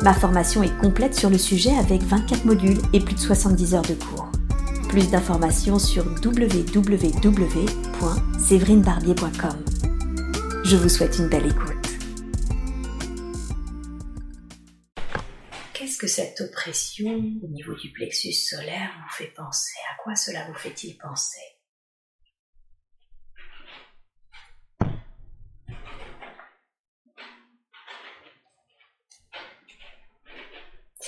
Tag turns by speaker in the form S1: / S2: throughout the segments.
S1: Ma formation est complète sur le sujet avec 24 modules et plus de 70 heures de cours. Plus d'informations sur www.séverinebarbier.com. Je vous souhaite une belle écoute.
S2: Qu'est-ce que cette oppression au niveau du plexus solaire vous fait penser À quoi cela vous fait-il penser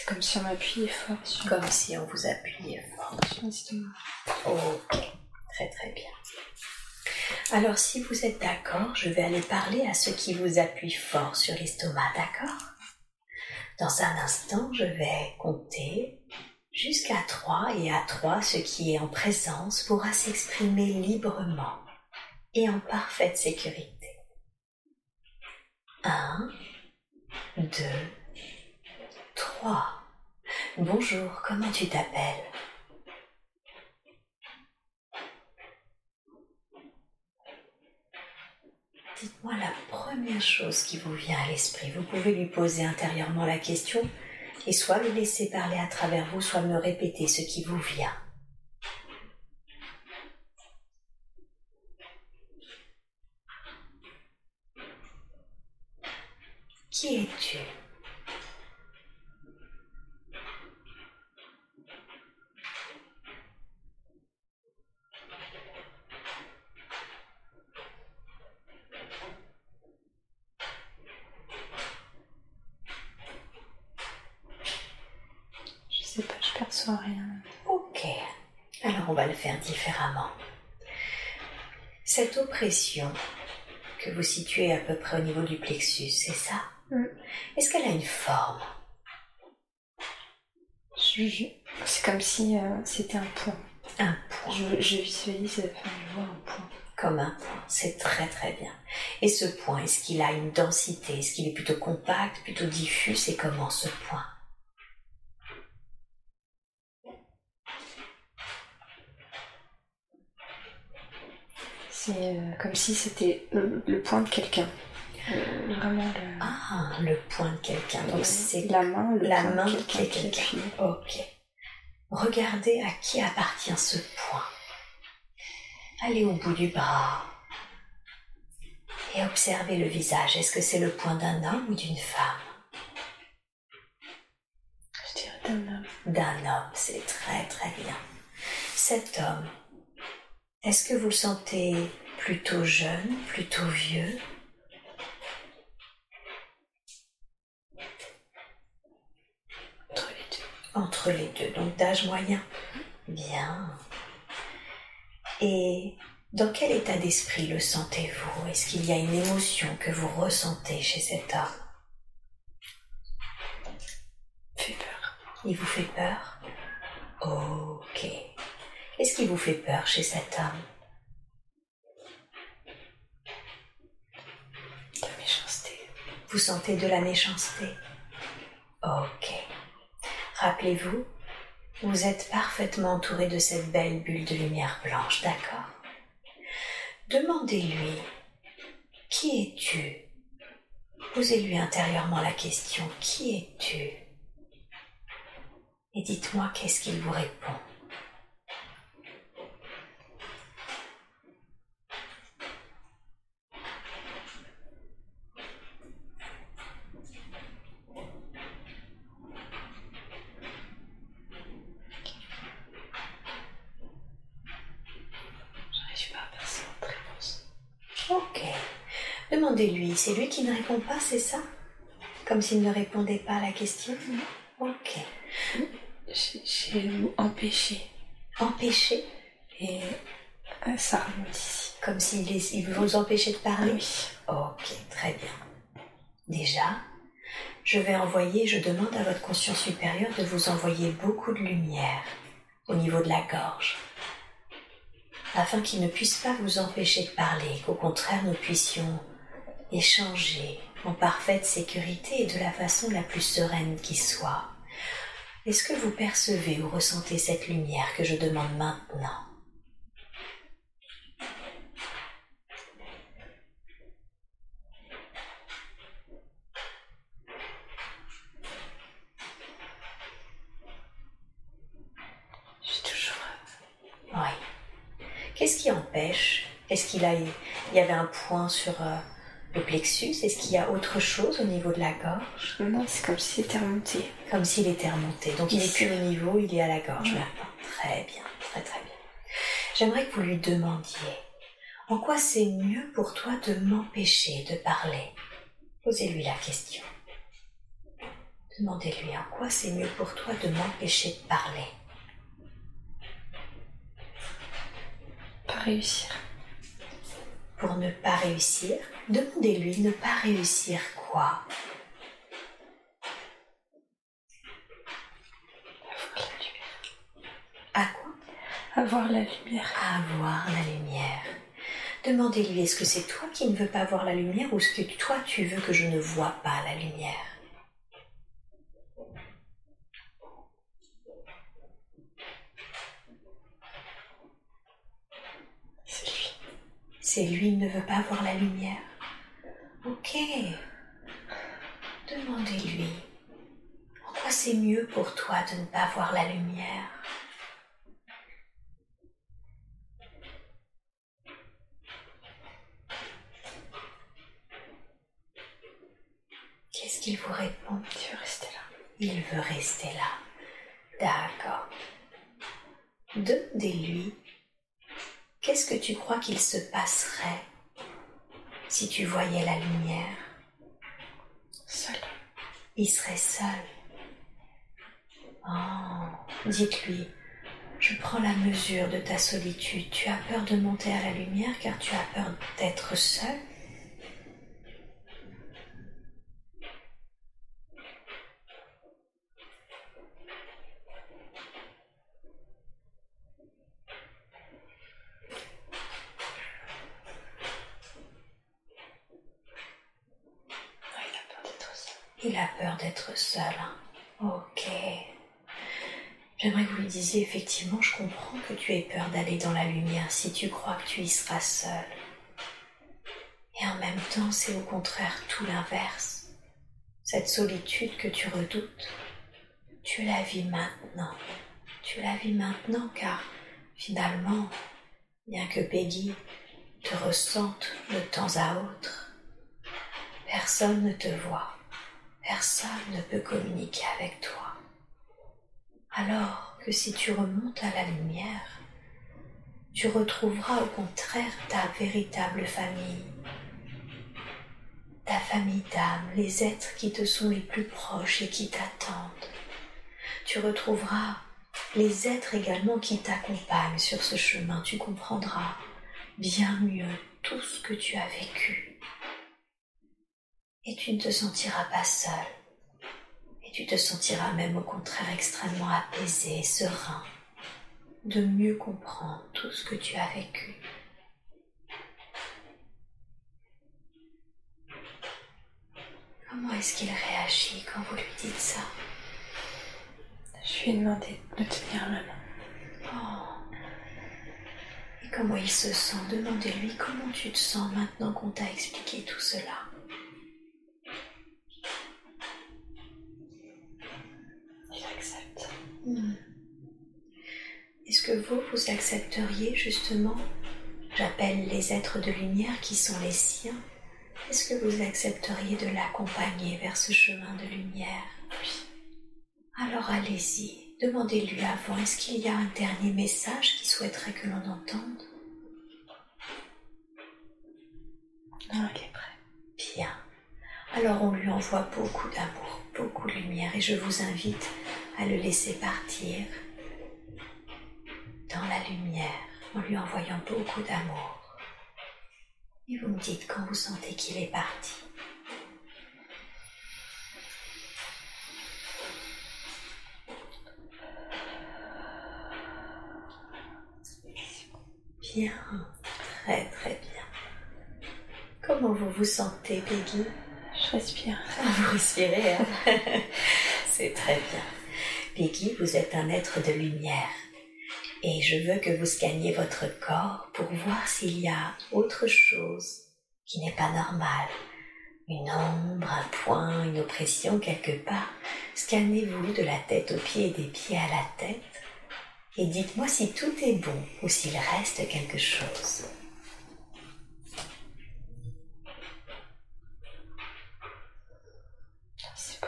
S3: comme si on m'appuyait fort. Sur...
S2: Comme si on vous appuyait fort. Ok, Oh, très très bien. Alors si vous êtes d'accord, je vais aller parler à ceux qui vous appuient fort sur l'estomac, d'accord Dans un instant, je vais compter jusqu'à 3 et à 3, ce qui est en présence pourra s'exprimer librement et en parfaite sécurité. 1, 2, 3. Bonjour, comment tu t'appelles Dites-moi la première chose qui vous vient à l'esprit. Vous pouvez lui poser intérieurement la question et soit le laisser parler à travers vous, soit me répéter ce qui vous vient. Qui es-tu
S3: Rien.
S2: Ok, alors on va le faire différemment. Cette oppression que vous situez à peu près au niveau du plexus, c'est ça
S3: mm.
S2: Est-ce qu'elle a une forme
S3: je, je... C'est comme si euh, c'était un point.
S2: Un point.
S3: Je, je visualise, euh, enfin, je vois un point.
S2: Comme un point, c'est très très bien. Et ce point, est-ce qu'il a une densité Est-ce qu'il est plutôt compact, plutôt diffus Et comment ce point
S3: C'est euh, comme si c'était le, le, point de quelqu'un. Euh, vraiment le...
S2: Ah, le point de quelqu'un. Donc c'est
S3: la main, le
S2: la
S3: point
S2: main
S3: de quelqu'un.
S2: Quelqu quelqu ok. Regardez à qui appartient ce point. Allez au bout du bras et observez le visage. Est-ce que c'est le point d'un homme ou d'une femme
S3: Je dirais d'un homme.
S2: D'un homme, c'est très très bien. Cet homme, est-ce que vous le sentez plutôt jeune, plutôt vieux
S3: Entre les deux.
S2: Entre les deux, donc d'âge moyen. Bien. Et dans quel état d'esprit le sentez-vous Est-ce qu'il y a une émotion que vous ressentez chez cet homme
S3: Fait peur.
S2: Il vous fait peur Ok. Qu'est-ce qui vous fait peur chez cet homme
S3: De la méchanceté.
S2: Vous sentez de la méchanceté Ok. Rappelez-vous, vous êtes parfaitement entouré de cette belle bulle de lumière blanche, d'accord Demandez-lui, qui es-tu Posez-lui intérieurement la question, qui es-tu Et dites-moi qu'est-ce qu'il vous répond. Demandez-lui, c'est lui qui ne répond pas, c'est ça Comme s'il ne répondait pas à la question mmh. Ok.
S3: J'ai le mot empêché.
S2: Empêché
S3: Et euh, ça remonte ici.
S2: Comme s'il il vous empêchait de parler
S3: Ah Oui.
S2: Ok, très bien. Déjà, je vais envoyer, je demande à votre conscience supérieure de vous envoyer beaucoup de lumière.
S4: au niveau de la gorge, afin qu'il ne puisse pas vous empêcher de parler, qu'au contraire nous puissions échanger en parfaite sécurité et de la façon la plus sereine qui soit. Est-ce que vous percevez ou ressentez cette lumière que je demande maintenant
S3: Je suis toujours. euh,
S4: Oui. Qu'est-ce qui empêche Est-ce qu'il a, il y avait un point sur euh, le plexus Est-ce qu'il y a autre chose au niveau de la gorge
S3: Non, c'est comme si c'était remonté.
S4: Comme s'il était remonté. Donc il n'est
S3: Ici.
S4: plus au niveau, il est à la gorge
S3: Ouais.
S4: maintenant. Très bien, très très bien. J'aimerais que vous lui demandiez en quoi c'est mieux pour toi de m'empêcher de parler. Posez-lui la question. Demandez-lui en quoi c'est mieux pour toi de m'empêcher de parler.
S3: Pas réussir.
S4: Pour ne pas réussir, demandez-lui ne pas réussir quoi
S3: Avoir la lumière.
S4: À quoi
S3: Avoir la lumière.
S4: À voir la lumière. Demandez-lui est-ce que c'est toi qui ne veux pas voir la lumière ou est-ce que toi tu veux que je ne vois pas la lumière
S3: C'est lui.
S4: C'est lui, il ne veut pas voir la lumière. Ok. Demandez-lui. En quoi c'est mieux pour toi de ne pas voir la lumière Qu'est-ce qu'il vous répond
S3: Tu veux rester là.
S4: il veut rester là. D'accord. Demandez-lui, qu'est-ce que tu crois qu'il se passerait si tu voyais la lumière
S3: Seul.
S4: Il serait seul. Oh, dites-lui, je prends la mesure de ta solitude. Tu as peur de monter à la lumière car tu as peur d'être seul.
S3: Ouais, il a peur d'être seul.
S4: Il a peur d'être seul. hein. Ok. J'aimerais que vous lui disiez effectivement, je comprends que tu aies peur d'aller dans la lumière si tu crois que tu y seras seul. Et en même temps, c'est au contraire tout l'inverse. Cette solitude que tu redoutes, tu la vis maintenant. Tu la vis maintenant car finalement, bien que Peggy te ressente de temps à autre, personne ne te voit. Personne ne peut communiquer avec toi. Alors que si tu remontes à la lumière, tu retrouveras au contraire ta véritable famille. Ta famille d'âme, les êtres qui te sont les plus proches et qui t'attendent. Tu retrouveras les êtres également qui t'accompagnent sur ce chemin. Tu comprendras bien mieux tout ce que tu as vécu et tu ne te sentiras pas seul. Et tu te sentiras même au contraire extrêmement apaisé et serein de mieux comprendre tout ce que tu as vécu. Comment est-ce qu'il réagit quand vous lui dites ça
S3: Je lui ai demandé de tenir la main.
S4: Oh. Et comment il se sent Demandez-lui comment tu te sens maintenant qu'on t'a expliqué tout cela.
S3: Il accepte.
S4: Hmm. Est-ce que vous, vous accepteriez justement, j'appelle les êtres de lumière qui sont les siens, est-ce que vous accepteriez de l'accompagner vers ce chemin de lumière Alors allez-y, demandez-lui avant, est-ce qu'il y a un dernier message qu'il souhaiterait que l'on entende
S3: Non, il est prêt.
S4: Bien. Alors on lui envoie beaucoup d'amour, beaucoup de lumière et je vous invite à le laisser partir dans la lumière en lui envoyant beaucoup d'amour. Et vous me dites quand vous sentez qu'il est parti. bien, très très bien. Comment vous vous sentez, Peggy
S3: Je respire.
S4: Vous respirez, hein C'est très bien. Peggy, vous êtes un être de lumière. Et je veux que vous scanniez votre corps pour voir s'il y a autre chose qui n'est pas normale. Une ombre, un point, une oppression quelque part. Scannez-vous de la tête aux pieds et des pieds à la tête. Et dites-moi si tout est bon ou s'il reste quelque chose.
S3: C'est bon.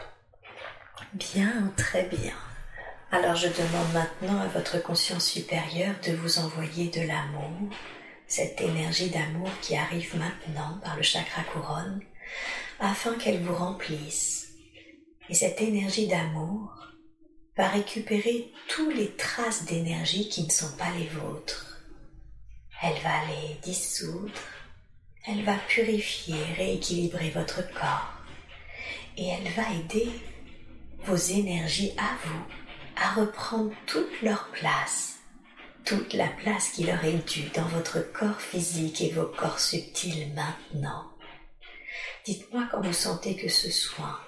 S4: Bien, très bien. Alors je demande maintenant à votre conscience supérieure de vous envoyer de l'amour, cette énergie d'amour qui arrive maintenant par le chakra couronne, afin qu'elle vous remplisse. Et cette énergie d'amour va récupérer toutes les traces d'énergie qui ne sont pas les vôtres. Elle va les dissoudre, elle va purifier, rééquilibrer votre corps, et elle va aider vos énergies à vous à reprendre toute leur place, toute la place qui leur est due dans votre corps physique et vos corps subtils maintenant. Dites-moi quand vous sentez que ce soin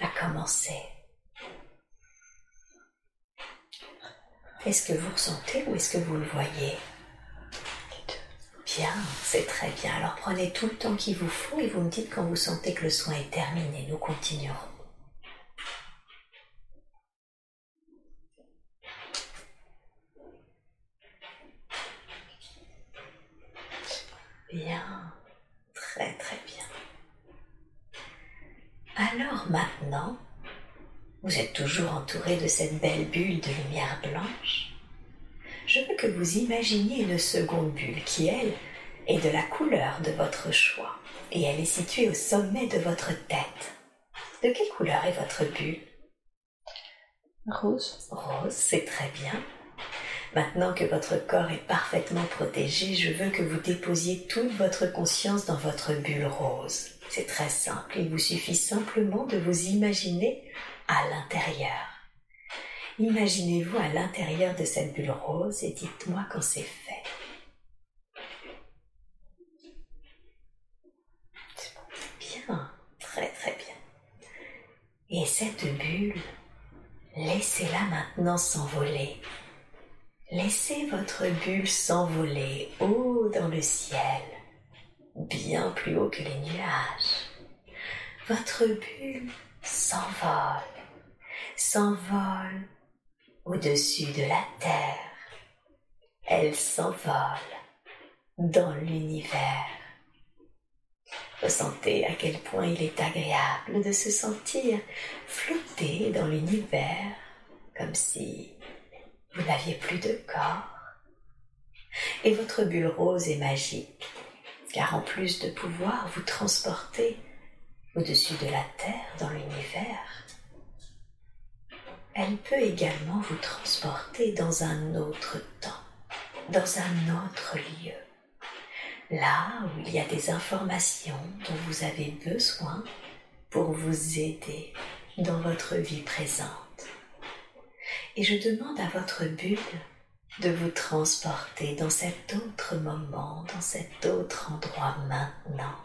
S4: a commencé. Est-ce que vous ressentez ou est-ce que vous le voyez Bien, c'est très bien. Alors prenez tout le temps qu'il vous faut et vous me dites quand vous sentez que le soin est terminé. Nous continuerons. Bien, très très bien. Alors maintenant, vous êtes toujours entouré de cette belle bulle de lumière blanche. Je veux que vous imaginiez une seconde bulle qui, elle, est de la couleur de votre choix et elle est située au sommet de votre tête. De quelle couleur est votre bulle
S3: Rose.
S4: Rose, c'est très bien. Maintenant que votre corps est parfaitement protégé, je veux que vous déposiez toute votre conscience dans votre bulle rose. C'est très simple, il vous suffit simplement de vous imaginer à l'intérieur. Imaginez-vous à l'intérieur de cette bulle rose et dites-moi quand c'est fait.
S3: C'est bon.
S4: Bien, très très bien. Et cette bulle, laissez-la maintenant s'envoler. Laissez votre bulle s'envoler haut dans le ciel, bien plus haut que les nuages. Votre bulle s'envole, s'envole au-dessus de la terre. Elle s'envole dans l'univers. Ressentez à quel point il est agréable de se sentir flotter dans l'univers comme si vous n'aviez plus de corps. Et votre bulle rose est magique, car en plus de pouvoir vous transporter au-dessus de la Terre dans l'univers, elle peut également vous transporter dans un autre temps, dans un autre lieu, là où il y a des informations dont vous avez besoin pour vous aider dans votre vie présente et je demande à votre bulle de vous transporter dans cet autre moment, dans cet autre endroit maintenant.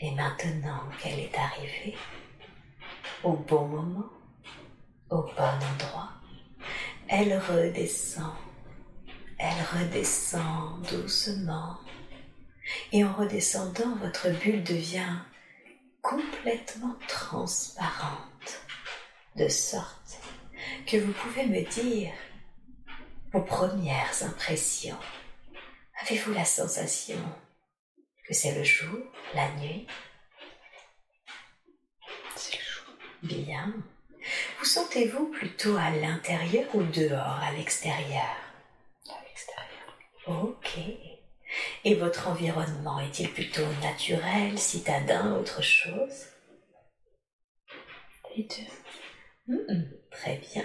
S4: Et maintenant qu'elle est arrivée, au bon moment, au bon endroit, elle redescend, elle redescend doucement, et en redescendant, votre bulle devient complètement transparente de sorte que vous pouvez me dire vos premières impressions. Avez-vous la sensation que c'est le jour, la nuit
S3: C'est le jour.
S4: Bien. Vous sentez-vous plutôt à l'intérieur ou dehors, à l'extérieur
S3: À l'extérieur.
S4: Ok. Et votre environnement est-il plutôt naturel, citadin, autre chose
S3: Les deux.
S4: Mhm, très bien.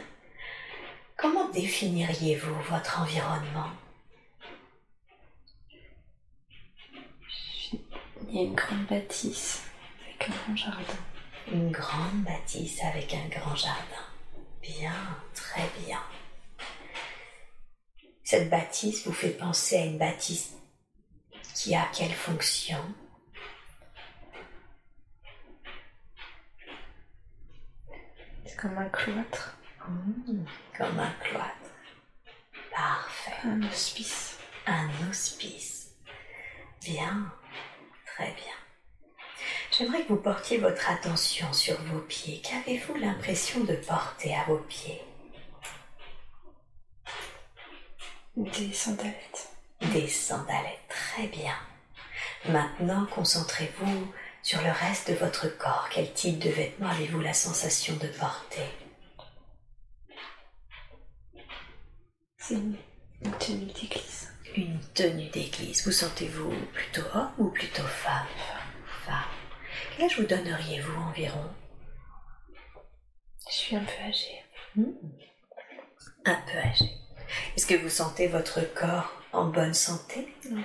S4: Comment définiriez-vous votre environnement
S3: Il y a une grande bâtisse avec un grand jardin.
S4: Une grande bâtisse avec un grand jardin. Bien, très bien. Cette bâtisse vous fait penser à une bâtisse qui a quelle fonction
S3: C'est comme un cloître,
S4: Mmh, Comme un cloître. Parfait.
S3: un hospice.
S4: Un hospice. Bien, très bien. J'aimerais que vous portiez votre attention sur vos pieds. Qu'avez-vous l'impression de porter à vos pieds
S3: Des sandalettes.
S4: Des sandalettes, très bien. Maintenant, concentrez-vous sur le reste de votre corps. Quel type de vêtements avez-vous la sensation de porter
S3: C'est une, une tenue d'église.
S4: Une tenue d'église. Vous sentez-vous plutôt homme ou plutôt femme Femme. Quel âge vous donneriez-vous environ
S3: Je suis un peu âgée.
S4: Un peu âgé. Est-ce que vous sentez votre corps en bonne santé
S3: Oui.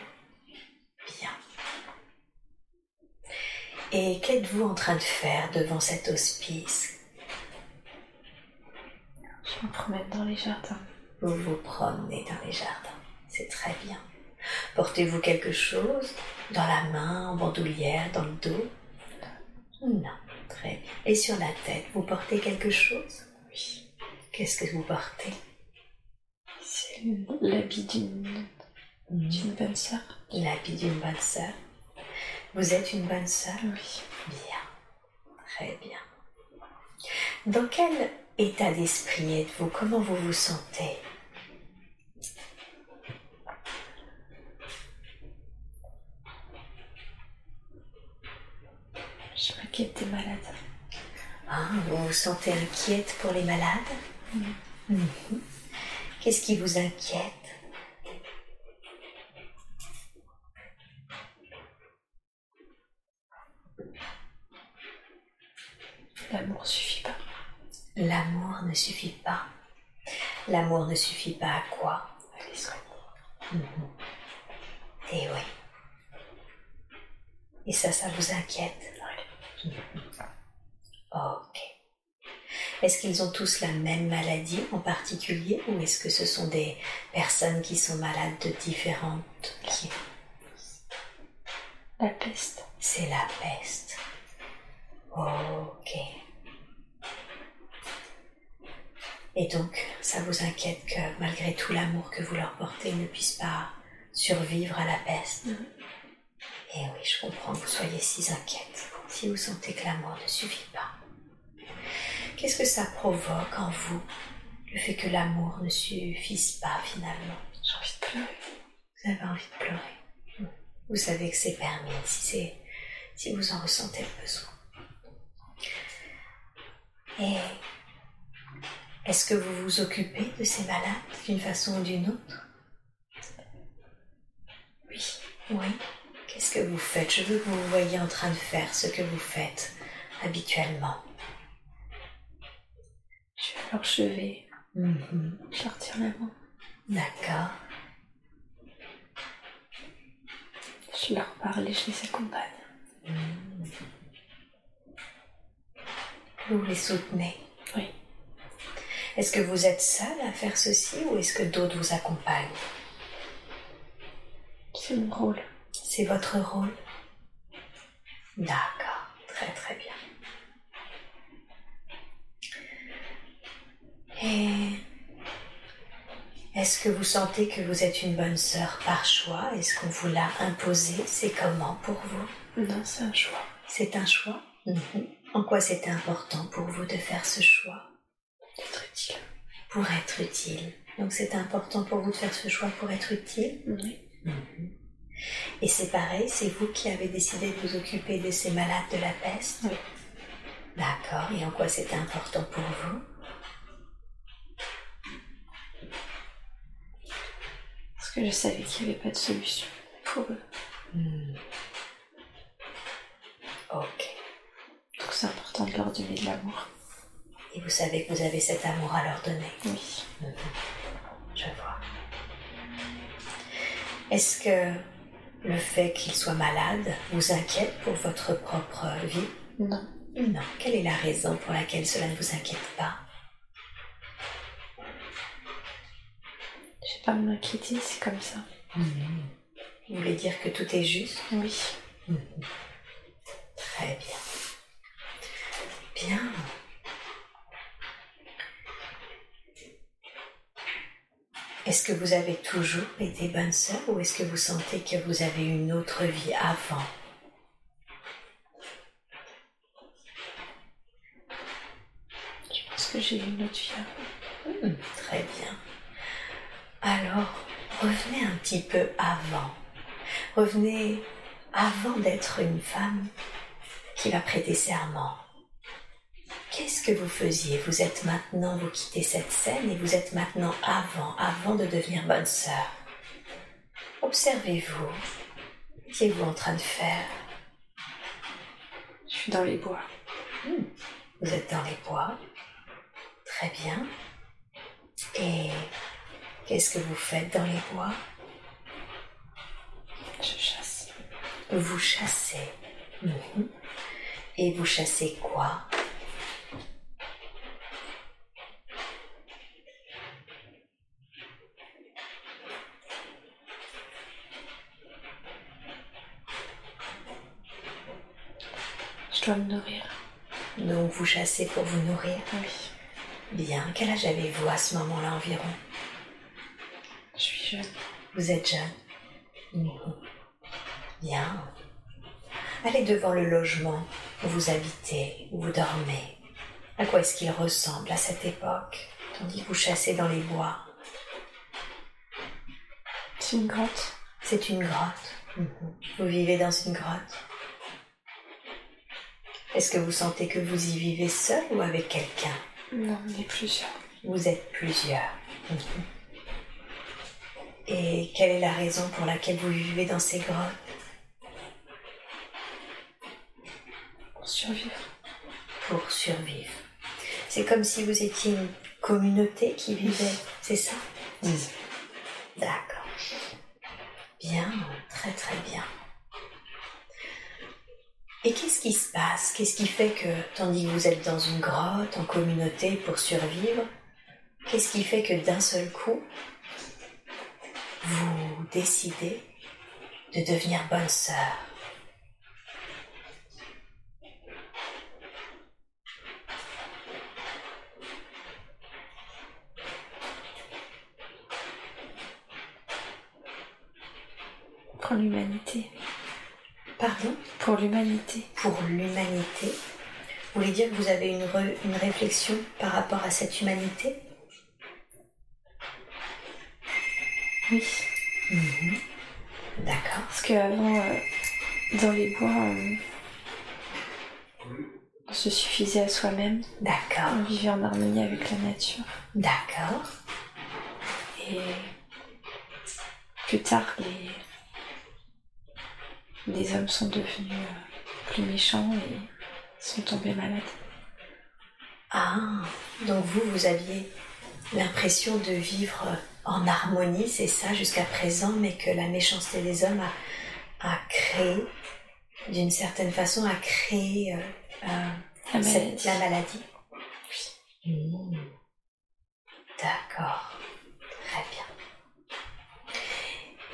S4: Bien. Et qu'êtes-vous en train de faire devant cet hospice
S3: Je me promène dans les jardins.
S4: Vous vous promenez dans les jardins. C'est très bien. Portez-vous quelque chose dans la main, en bandoulière, dans le dos Non, très bien. Et sur la tête, vous portez quelque chose Oui. Qu'est-ce que vous portez
S3: C'est l'habit d'une d'une bonne sœur.
S4: L'habit d'une bonne sœur. Vous êtes une bonne sœur
S3: Oui.
S4: Bien, très bien. Dans quel état d'esprit êtes-vous Comment vous vous sentez
S3: Je m'inquiète des malades.
S4: Hein, Vous vous sentez inquiète pour les malades Mhm. Qu'est-ce qui vous inquiète
S3: L'amour suffit pas.
S4: L'amour ne suffit pas. L'amour ne suffit pas à quoi
S3: à les soigner.
S4: Eh oui. Et ça, ça vous inquiète Ok. Est-ce qu'ils ont tous la même maladie en particulier ou est-ce que ce sont des personnes qui sont malades de différentes qui-
S3: La peste.
S4: C'est la peste. Ok. Et donc, ça vous inquiète que malgré tout l'amour que vous leur portez, ils ne puissent pas survivre à la peste
S3: Mhm.
S4: Et oui, je comprends que vous soyez si inquiète si vous sentez que l'amour ne suffit pas. Qu'est-ce que ça provoque en vous, le fait que l'amour ne suffise pas finalement
S3: J'ai envie de pleurer.
S4: vous avez envie de pleurer. Vous savez que c'est permis si, c'est- si vous en ressentez le besoin. Et est-ce que vous vous occupez de ces malades d'une façon ou d'une autre Oui, oui. Qu'est-ce que vous faites Je veux que vous vous voyez en train de faire ce que vous faites habituellement.
S3: Je vais à leur chevet. Je leur tire la main.
S4: Mm-hmm. D'accord.
S3: Je leur parle et je les accompagne.
S4: Vous les soutenez.
S3: Oui.
S4: Est-ce que vous êtes seul à faire ceci ou est-ce que d'autres vous accompagnent
S3: C'est mon rôle.
S4: C'est votre rôle D'accord, très très bien. Et est-ce que vous sentez que vous êtes une bonne sœur par choix Est-ce qu'on vous l'a imposé C'est comment pour vous
S3: Non, c'est un choix.
S4: C'est un choix En quoi c'est important pour vous de faire ce choix
S3: D'être utile.
S4: Pour être utile. Donc c'est important pour vous de faire ce choix pour être utile
S3: Oui.
S4: Et c'est pareil, c'est vous qui avez décidé de vous occuper de ces malades de la peste
S3: Oui.
S4: D'accord, et en quoi c'était important pour vous
S3: Parce que je savais qu'il n'y avait pas de solution pour eux.
S4: Hmm. Ok.
S3: Donc c'est important de leur donner de l'amour.
S4: Et vous savez que vous avez cet amour à leur donner
S3: Oui.
S4: Je vois. Est-ce que le fait qu'ils soient malades vous inquiète pour votre propre vie
S3: Non.
S4: Non. Quelle est la raison pour laquelle cela ne vous inquiète pas
S3: Je Je vais pas m'inquiéter, c'est comme ça.
S4: Vous voulez dire que tout est juste
S3: Oui.
S4: Très bien. Bien. Est-ce que vous avez toujours été bonne sœur ou est-ce que vous sentez que vous avez une autre vie avant
S3: Je pense que j'ai eu une autre vie. avant.
S4: Hmm, Très bien. Alors, revenez un petit peu avant. Revenez avant d'être une femme qui va prêter serment. Qu'est-ce que vous faisiez Vous êtes maintenant, vous quittez cette scène et vous êtes maintenant avant, avant de devenir bonne sœur. Observez-vous. Qu'étiez-vous en train de faire
S3: Je suis dans les bois.
S4: Vous êtes dans les bois. Très bien. Et qu'est-ce que vous faites dans les bois
S3: Je chasse.
S4: Vous chassez. Mhm. Et vous chassez quoi
S3: Je dois me nourrir.
S4: Donc vous chassez pour vous nourrir.
S3: Oui.
S4: Bien, quel âge avez-vous à ce moment-là environ
S3: Je suis jeune.
S4: Vous êtes jeune. Mhm. Bien. Allez devant le logement où vous habitez, où vous dormez. À quoi est-ce qu'il ressemble à cette époque, tandis que vous chassez dans les bois
S3: C'est une grotte.
S4: C'est une grotte. Vous vivez dans une grotte. Est-ce que vous sentez que vous y vivez seul ou avec quelqu'un
S3: Non, on est plusieurs.
S4: Vous êtes plusieurs. Et quelle est la raison pour laquelle vous vivez dans ces grottes
S3: Pour survivre.
S4: Pour survivre. C'est comme si vous étiez une communauté qui vivait, c'est ça D'accord. Bien, très très bien. Et qu'est-ce qui se passe Qu'est-ce qui fait que, tandis que vous êtes dans une grotte, en communauté, pour survivre, qu'est-ce qui fait que d'un seul coup, vous décidez de devenir bonne sœur
S3: Pour l'humanité.
S4: Pardon
S3: Pour l'humanité.
S4: pour l'humanité. Vous voulez dire que vous avez une, re- une réflexion par rapport à cette humanité
S3: Oui.
S4: D'accord.
S3: Parce qu'avant, dans les bois, on... on se suffisait à soi-même.
S4: D'accord.
S3: On vivait en harmonie avec la nature.
S4: D'accord.
S3: Et plus tard, les, les hommes sont devenus euh, plus méchants et sont tombés malades.
S4: Ah, donc vous, vous aviez l'impression de vivre en harmonie, c'est ça, jusqu'à présent, mais que la méchanceté des hommes a, a créé, d'une certaine façon, a créé euh, euh,
S3: La
S4: Cette-
S3: maladie.
S4: la maladie. Mmh. D'accord. Très bien.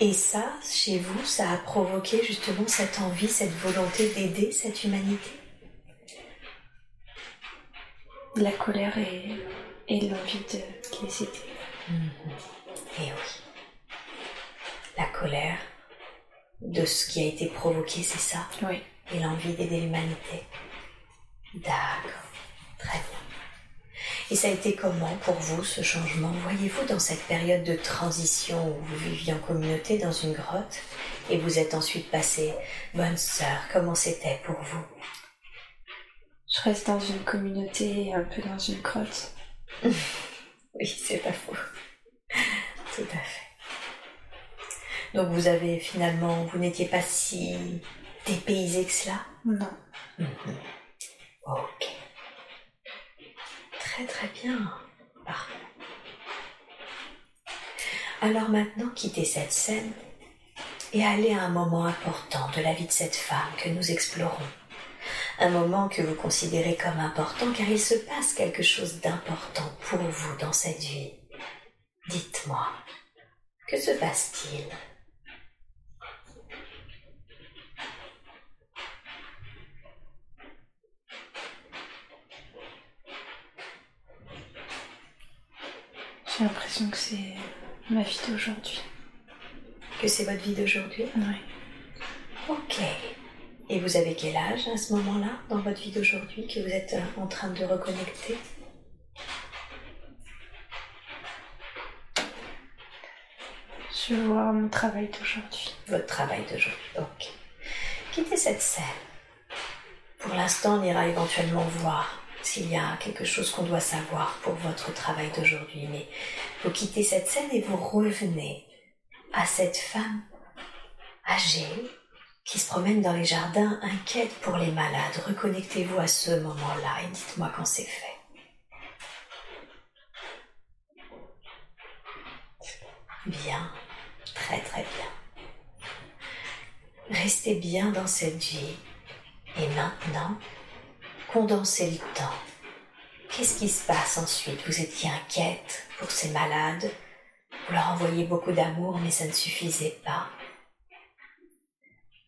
S4: Et ça, chez vous, ça a provoqué justement cette envie, cette volonté d'aider cette humanité.
S3: La colère et, et l'envie de les aider.
S4: Et Eh oui. La colère de ce qui a été provoqué, c'est ça
S3: Oui.
S4: et l'envie d'aider l'humanité. D'accord, très bien. Et ça a été comment pour vous ce changement Voyez-vous dans cette période de transition où vous viviez en communauté dans une grotte et vous êtes ensuite passé bonne sœur, comment c'était pour vous
S3: Je reste dans une communauté, un peu dans une grotte.
S4: Oui, c'est pas faux. Tout à fait. Donc vous avez finalement, vous n'étiez pas si dépaysé que cela
S3: Non.
S4: Ok. Très très bien. Parfait. Alors maintenant, quittez cette scène et allez à un moment important de la vie de cette femme que nous explorons. Un moment que vous considérez comme important car il se passe quelque chose d'important pour vous dans cette vie. Dites-moi, Que se passe-t-il
S3: J'ai l'impression que c'est ma vie d'aujourd'hui.
S4: Que c'est votre vie d'aujourd'hui
S3: Ouais.
S4: Ok. Et vous avez quel âge à ce moment-là, dans votre vie d'aujourd'hui, que vous êtes euh, en train de reconnecter
S3: Je vois mon travail d'aujourd'hui.
S4: votre travail d'aujourd'hui. Ok. Quittez cette scène. Pour l'instant, on ira éventuellement voir s'il y a quelque chose qu'on doit savoir pour votre travail d'aujourd'hui. Mais vous quittez cette scène et vous revenez à cette femme âgée qui se promène dans les jardins inquiète pour les malades. Reconnectez-vous à ce moment-là et dites-moi quand c'est fait. Bien, très très bien. Restez bien dans cette vie. Et maintenant, condensez le temps. Qu'est-ce qui se passe ensuite Vous étiez inquiète pour ces malades. Vous leur envoyez beaucoup d'amour, mais ça ne suffisait pas.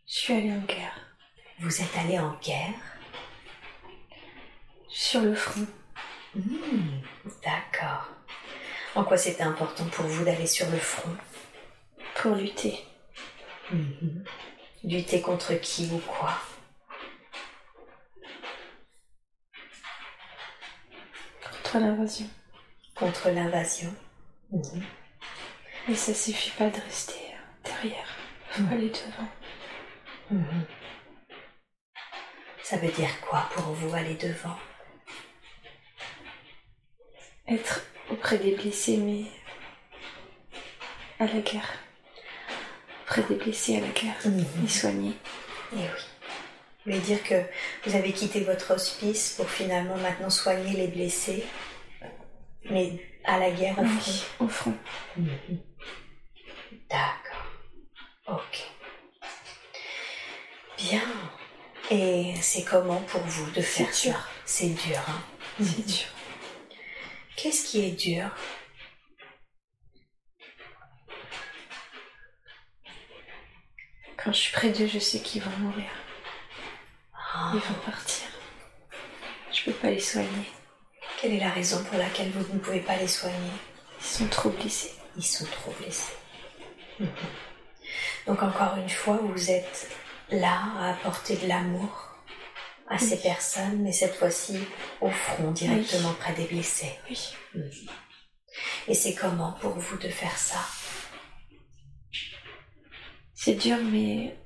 S3: Je suis allée en guerre.
S4: Vous êtes allé en guerre.
S3: Sur le front.
S4: Hmm, D'accord. En quoi c'était important pour vous d'aller sur le front
S3: Pour lutter.
S4: Mhm. Lutter contre qui ou quoi
S3: Contre l'invasion.
S4: Contre l'invasion Mhm.
S3: Et ça suffit pas de rester euh, derrière. Faut
S4: Mm.
S3: aller devant.
S4: Mhm. Ça veut dire quoi pour vous aller devant
S3: Être auprès des blessés, mais à la guerre. Auprès des blessés à la guerre.
S4: Mhm.
S3: Les soigner.
S4: Eh oui. Vous voulez dire que vous avez quitté votre hospice pour finalement maintenant soigner les blessés, mais à la guerre au front.
S3: Oui, au front.
S4: Mhm. D'accord. Ok. Bien. Et c'est comment pour vous de faire
S3: C'est
S4: ça
S3: dur.
S4: C'est dur. Hein
S3: C'est dur.
S4: Qu'est-ce qui est dur
S3: Quand je suis près d'eux, je sais qu'ils vont mourir.
S4: Ah,
S3: Ils vont partir. Je peux pas les soigner.
S4: Quelle est la raison pour laquelle vous ne pouvez pas les soigner
S3: Ils sont trop blessés.
S4: Ils sont trop blessés. Mhm. Donc encore une fois, vous êtes là à apporter de l'amour à ces
S3: Oui.
S4: personnes, mais cette fois-ci au front, directement près des blessés.
S3: Oui.
S4: Et c'est comment pour vous de faire ça
S3: C'est dur, mais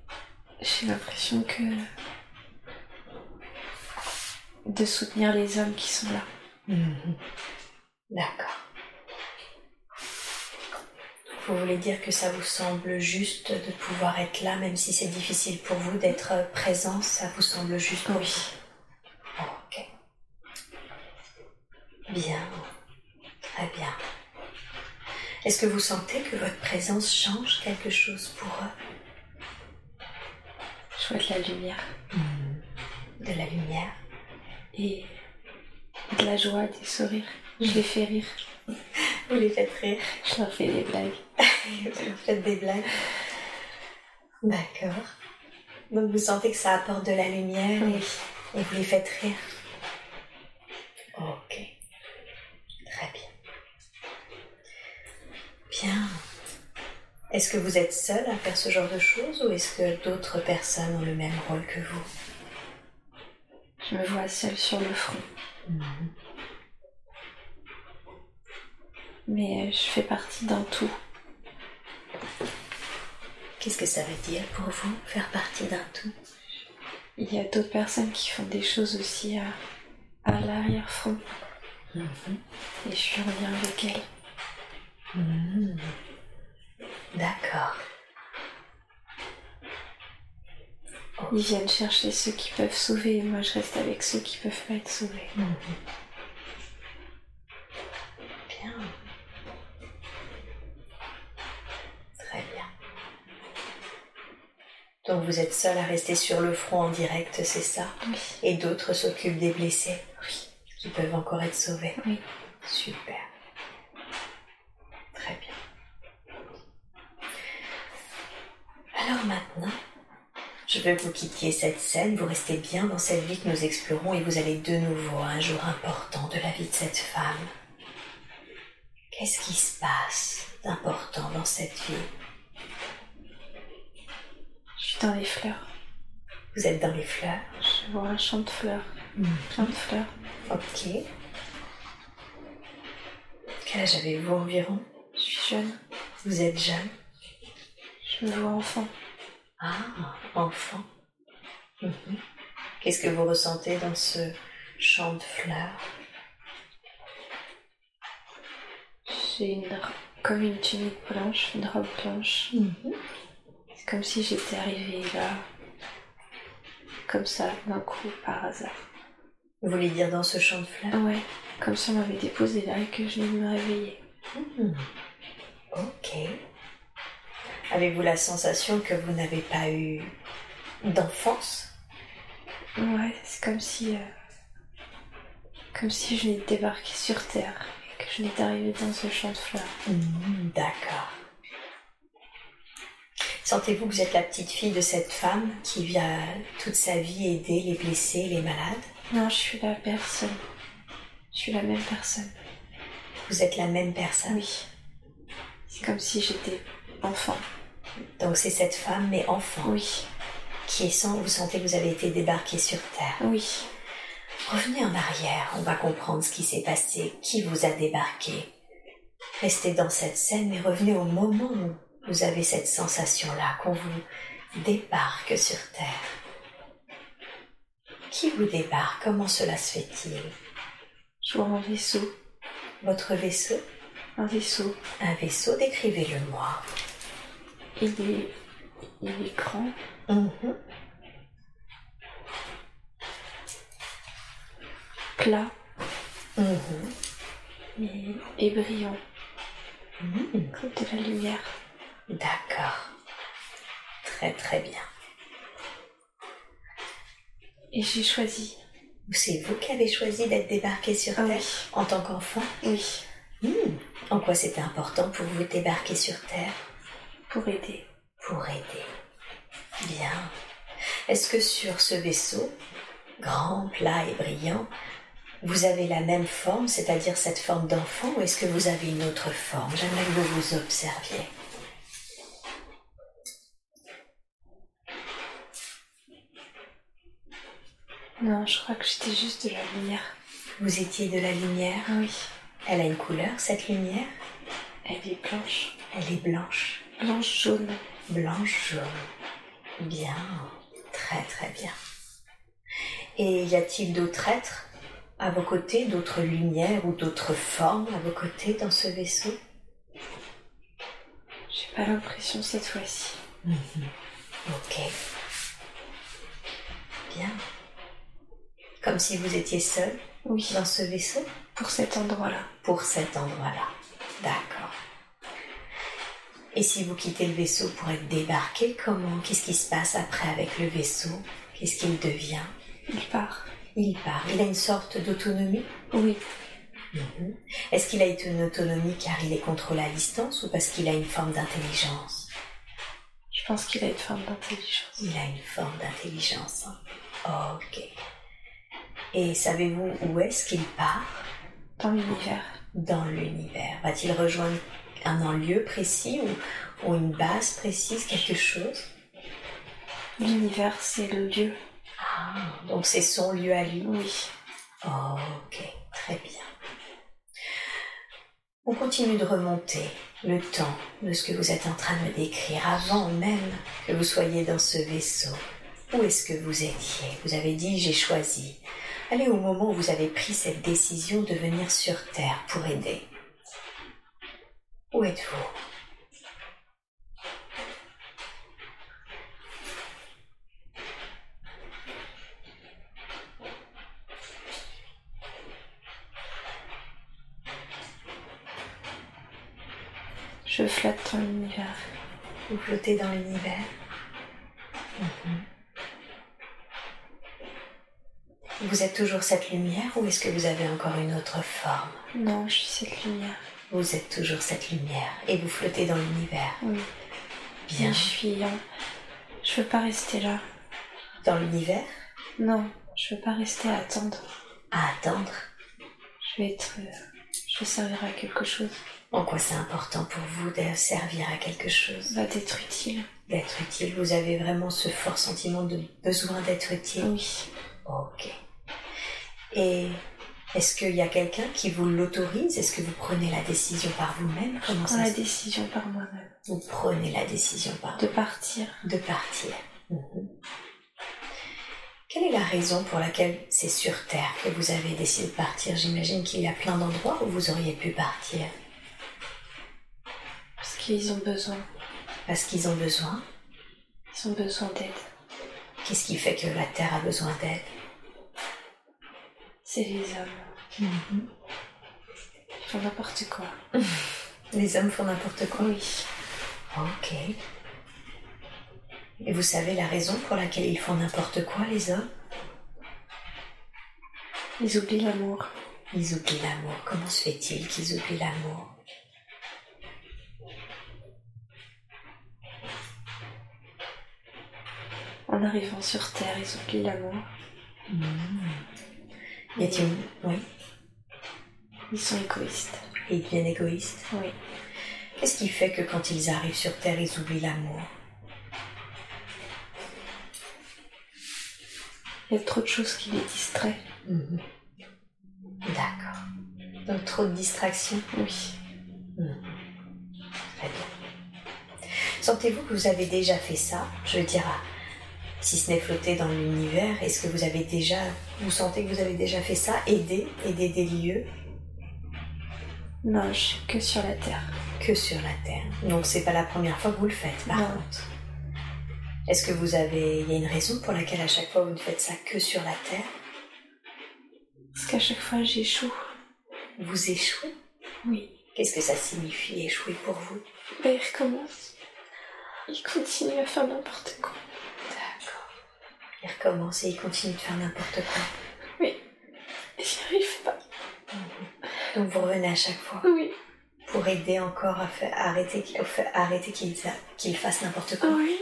S3: j'ai l'impression que de soutenir les hommes qui sont là.
S4: D'accord. Vous voulez dire que ça vous semble juste de pouvoir être là, même si c'est difficile pour vous d'être présent, ça vous semble juste pour
S3: Oui.
S4: vous Ok. Bien. Très bien. Est-ce que vous sentez que votre présence change quelque chose pour eux
S3: Je vois de la lumière
S4: De la lumière
S3: et de la joie, des sourires. Je les fais rire.
S4: Vous les faites rire
S3: Je leur fais des blagues.
S4: Vous faites des blagues. D'accord. Donc vous sentez que ça apporte de la lumière et, et vous les faites rire. Ok. Très bien. Bien. Est-ce que vous êtes seul à faire ce genre de choses ou est-ce que d'autres personnes ont le même rôle que vous
S3: Je me vois seule sur le front, mais euh, je fais partie d'un tout.
S4: Qu'est-ce que ça veut dire pour vous, faire partie d'un tout
S3: Il y a d'autres personnes qui font des choses aussi à, à l'arrière-front et je suis en lien avec elles.
S4: Hmm. D'accord.
S3: Ils viennent chercher ceux qui peuvent sauver et moi je reste avec ceux qui peuvent pas être sauvés.
S4: Bien. Très bien. Donc vous êtes seul à rester sur le front en direct, c'est ça
S3: Oui.
S4: Et d'autres s'occupent des blessés
S3: Oui.
S4: qui peuvent encore être sauvés
S3: Oui.
S4: Super. Très bien. Je veux que vous quittiez cette scène, vous restez bien dans cette vie que nous explorons et vous allez de nouveau à un jour important de la vie de cette femme. Qu'est-ce qui se passe d'important dans cette vie
S3: Je suis dans les fleurs.
S4: Vous êtes dans les fleurs
S3: Je vois un champ de fleurs. Plein de fleurs.
S4: Ok. Quel âge avez-vous environ
S3: Je suis jeune.
S4: Vous êtes jeune
S3: Je me vois enfant.
S4: Ah, enfant. Mhm. Qu'est-ce que vous ressentez dans ce champ de fleurs
S3: J'ai une ro- comme une tunique blanche, une robe blanche. C'est comme si j'étais arrivée là. Comme ça, d'un coup, par hasard.
S4: Vous voulez dire dans ce champ de fleurs
S3: Ouais, comme si on m'avait déposé là et que je venais de me réveiller.
S4: Hmm. Ok. Avez-vous la sensation que vous n'avez pas eu d'enfance
S3: Ouais, c'est comme si. euh, comme si je venais de débarquer sur Terre et que je venais d'arriver dans ce champ de fleurs.
S4: D'accord. Sentez-vous que vous êtes la petite fille de cette femme qui vient toute sa vie aider les blessés, les malades
S3: Non, je suis la personne. Je suis la même personne. Ah
S4: Vous êtes la même personne.
S3: Oui. C'est comme si j'étais enfant.
S4: Donc c'est cette femme, mais enfant,
S3: Oui,
S4: qui est sans, vous sentez que vous avez été débarqué sur Terre.
S3: oui.
S4: Revenez en arrière, on va comprendre ce qui s'est passé, qui vous a débarqué. Restez dans cette scène, mais revenez au moment où vous avez cette sensation-là, qu'on vous débarque sur Terre. Qui vous débarque Comment cela se fait-il
S3: Je vois un vaisseau.
S4: Votre vaisseau
S3: Un vaisseau.
S4: Un vaisseau, décrivez-le-moi.
S3: Il est. Il est grand.
S4: Mhm.
S3: plat
S4: Mhm.
S3: mais et brillant,
S4: Mhm.
S3: comme de la lumière.
S4: D'accord. Très très bien.
S3: Et j'ai choisi.
S4: C'est vous qui avez choisi d'être débarqué sur
S3: Ah
S4: Terre
S3: oui,
S4: en tant qu'enfant
S3: oui,
S4: Hmm. En quoi c'était important pour vous de débarquer sur Terre
S3: pour aider.
S4: Pour aider. Bien. Est-ce que sur ce vaisseau, grand, plat et brillant, vous avez la même forme, c'est-à-dire cette forme d'enfant, ou est-ce que vous avez une autre forme J'aimerais que vous vous observiez.
S3: Non, je crois que j'étais juste de la lumière.
S4: Vous étiez de la lumière.
S3: Ah oui,
S4: Elle a une couleur, cette lumière
S3: elle est blanche.
S4: Elle est blanche.
S3: Blanche jaune.
S4: Blanche. Bien. Très très bien. Et y a-t-il d'autres êtres à vos côtés, d'autres lumières ou d'autres formes à vos côtés dans ce vaisseau
S3: J'ai pas l'impression cette fois-ci.
S4: Ok. Bien. Comme si vous étiez seul
S3: Oui,
S4: dans ce vaisseau
S3: pour cet endroit-là.
S4: pour cet endroit-là. D'accord. Et si vous quittez le vaisseau pour être débarqué, comment Qu'est-ce qui se passe après avec le vaisseau Qu'est-ce qu'il devient
S3: Il part.
S4: Il part. Il a une sorte d'autonomie.
S3: Oui,
S4: Est-ce qu'il a été une autonomie car il est contrôlé à distance ou parce qu'il a une forme d'intelligence
S3: je pense qu'il a une forme d'intelligence.
S4: Il a une forme d'intelligence. hein. Ok. Et savez-vous où est-ce qu'il part
S3: Dans l'univers.
S4: dans l'univers Va-t-il rejoindre un un lieu précis ou, ou une base précise, quelque chose
S3: L'univers, c'est le lieu.
S4: Ah, donc c'est son lieu à lui.
S3: Oui.
S4: Ok, très bien. On continue de remonter le temps de ce que vous êtes en train de me décrire avant même que vous soyez dans ce vaisseau. Où est-ce que vous étiez Vous avez dit j'ai choisi. Allez au moment où vous avez pris cette décision de venir sur Terre pour aider. Où êtes-vous
S3: Je flatte dans l'univers.
S4: Vous flottez dans l'univers Mhm. Vous êtes toujours cette lumière ou est-ce que vous avez encore une autre forme
S3: Non, je suis cette lumière.
S4: Vous êtes toujours cette lumière et vous flottez dans l'univers.
S3: Oui.
S4: Bien.
S3: Je suis. en- Je veux pas rester là.
S4: Dans l'univers
S3: Non, je veux pas rester à attendre.
S4: À attendre
S3: Je vais être. euh, Je vais servir à quelque chose.
S4: En quoi c'est important pour vous de servir à quelque chose
S3: Va d'être utile.
S4: D'être utile Vous avez vraiment ce fort sentiment de besoin d'être utile
S3: Oui.
S4: Ok. Et est-ce qu'il y a quelqu'un qui vous l'autorise Est-ce que vous prenez la décision par vous-même
S3: Je
S4: Comment
S3: prends
S4: ça
S3: la
S4: se-
S3: décision par moi-même
S4: Vous prenez la décision par
S3: de partir.
S4: de partir. Mhm. Quelle est la raison pour laquelle c'est sur Terre que vous avez décidé de partir J'imagine qu'il y a plein d'endroits où vous auriez pu partir.
S3: Parce qu'ils ont besoin.
S4: Parce qu'ils ont besoin.
S3: Ils ont besoin d'aide.
S4: Qu'est-ce qui fait que la Terre a besoin d'aide
S3: C'est les hommes.
S4: Mhm.
S3: Ils font n'importe quoi.
S4: Les hommes font n'importe quoi.
S3: Oui.
S4: Ok. Et vous savez la raison pour laquelle ils font n'importe quoi, les hommes
S3: Ils oublient l'amour.
S4: Ils oublient l'amour. Comment se fait-il qu'ils oublient l'amour
S3: En arrivant sur Terre, ils oublient l'amour.
S4: Y a-t-il- Oui,
S3: Ils sont égoïstes.
S4: ils deviennent égoïstes.
S3: Oui.
S4: Qu'est-ce qui fait que quand ils arrivent sur Terre, ils oublient l'amour
S3: Il y a trop de choses qui les distraient.
S4: Mhm. D'accord. Donc trop de distractions.
S3: Oui.
S4: Très bien. Sentez-vous que vous avez déjà fait ça Je veux dire, ah, si ce n'est flotter dans l'univers, est-ce que vous avez déjà, vous sentez que vous avez déjà fait ça Aider, aider des lieux
S3: Non, je suis que sur la Terre.
S4: que sur la Terre. Donc c'est pas la première fois que vous le faites, par
S3: Non.
S4: contre. Est-ce que vous avez, il y a une raison pour laquelle à chaque fois vous ne faites ça que sur la Terre
S3: Parce qu'à chaque fois, j'échoue.
S4: Vous échouez
S3: Oui.
S4: Qu'est-ce que ça signifie échouer pour vous
S3: Ben, ils recommencent. Ils continuent à faire n'importe quoi.
S4: D'accord. Il recommence et il continue de faire n'importe quoi.
S3: J'y arrive pas.
S4: Donc vous revenez à chaque fois
S3: Oui.
S4: pour aider encore à faire arrêter, qu'il- à faire arrêter qu'il qu'il fasse n'importe quoi.
S3: Oui.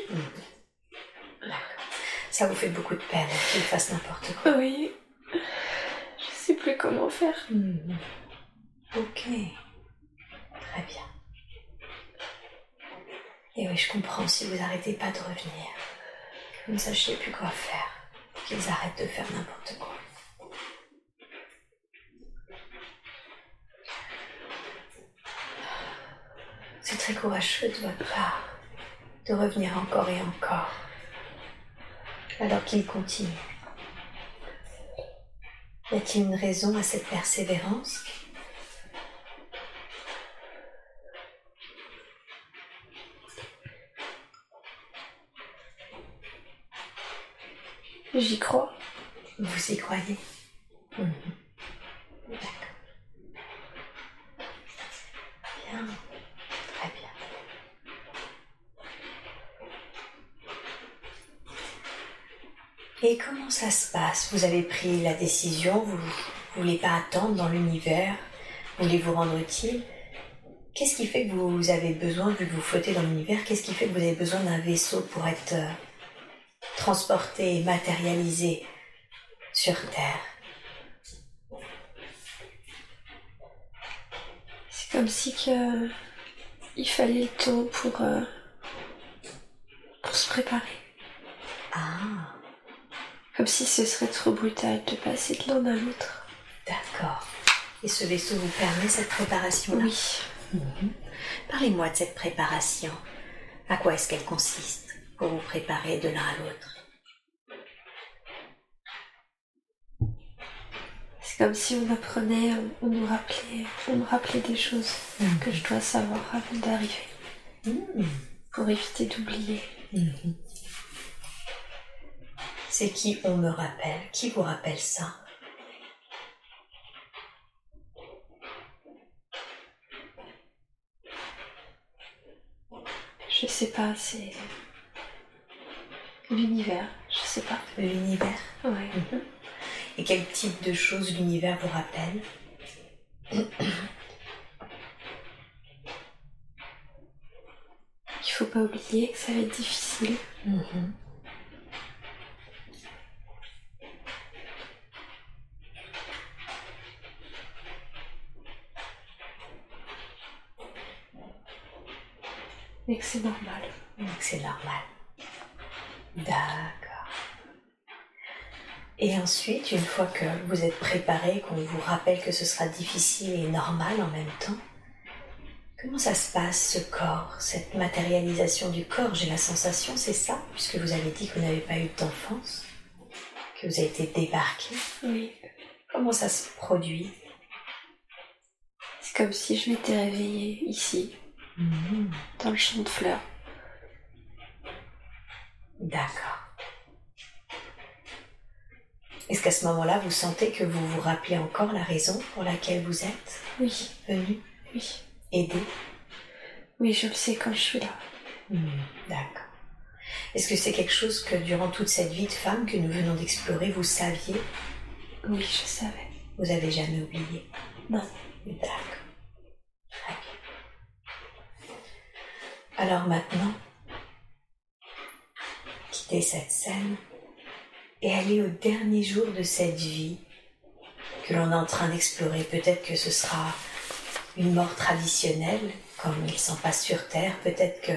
S4: Ça vous fait beaucoup de peine hein, qu'il fasse n'importe quoi.
S3: Oui. Je sais plus comment faire.
S4: Hmm. Ok. Très bien. Et oui, je comprends si vous arrêtez pas de revenir. Comme ça, je sais plus quoi faire. Qu'ils arrêtent de faire n'importe quoi. C'est très courageux de votre part de revenir encore et encore. Alors qu'il continue. Y a-t-il une raison à cette persévérance
S3: J'y crois.
S4: Vous y croyez Mhm. D'accord. Bien. Très bien. Et comment ça se passe Vous avez pris la décision, vous ne voulez pas attendre dans l'univers, vous voulez vous rendre utile. Qu'est-ce qui fait que vous avez besoin, vu que vous flottez dans l'univers, qu'est-ce qui fait que vous avez besoin d'un vaisseau pour être euh, transporté et matérialisé sur Terre.
S3: C'est comme si que euh, il fallait le temps pour euh, pour se préparer.
S4: Ah,
S3: Comme si ce serait trop brutal de passer de l'un à l'autre.
S4: d'accord. Et ce vaisseau vous permet cette préparation-là
S3: Oui.
S4: Parlez-moi de cette préparation. À quoi est-ce qu'elle consiste pour vous préparer de l'un à l'autre
S3: C'est comme si on apprenait, on nous rappelait, on me rappelait des choses que je dois savoir avant d'arriver
S4: Hmm,
S3: pour éviter d'oublier.
S4: mhm. C'est qui on me rappelle Qui vous rappelle ça
S3: Je sais pas, c'est l'univers. Je sais pas.
S4: L'univers
S3: Ouais.
S4: Et quel type de choses l'univers vous rappelle Mhm.
S3: Il faut pas oublier que ça va être difficile. et que c'est normal.
S4: Donc c'est normal. D'accord. Et ensuite, une fois que vous êtes préparé, qu'on vous rappelle que ce sera difficile et normal en même temps, comment ça se passe ce corps, cette matérialisation du corps J'ai la sensation, c'est ça, puisque vous avez dit que vous n'avez pas eu d'enfance, que vous avez été débarqué.
S3: Oui.
S4: Comment ça se produit
S3: C'est comme si je m'étais réveillée ici, dans le champ de fleurs.
S4: D'accord. Est-ce qu'à ce moment-là, vous sentez que vous vous rappelez encore la raison pour laquelle vous êtes
S3: Oui,
S4: venu
S3: oui.
S4: aider
S3: Oui, je le sais quand je suis là.
S4: D'accord. Est-ce que c'est quelque chose que durant toute cette vie de femme que nous venons d'explorer, vous saviez,
S3: Oui, je savais.
S4: vous avez jamais oublié
S3: Non.
S4: D'accord. Très bien. Alors maintenant, quittez cette scène et allez au dernier jour de cette vie que l'on est en train d'explorer. Peut-être que ce sera une mort traditionnelle, comme il s'en passe sur Terre. Peut-être que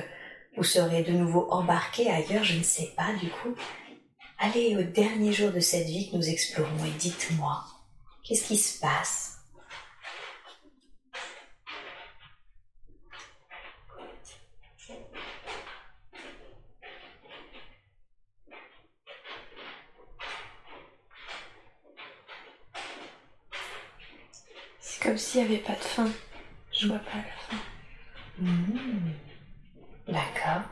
S4: vous serez de nouveau embarqué ailleurs, je ne sais pas du coup. Allez au dernier jour de cette vie que nous explorons et dites-moi, qu'est-ce qui se passe
S3: C'est comme s'il n'y avait pas de fin. Je vois pas la fin.
S4: Mmh. D'accord.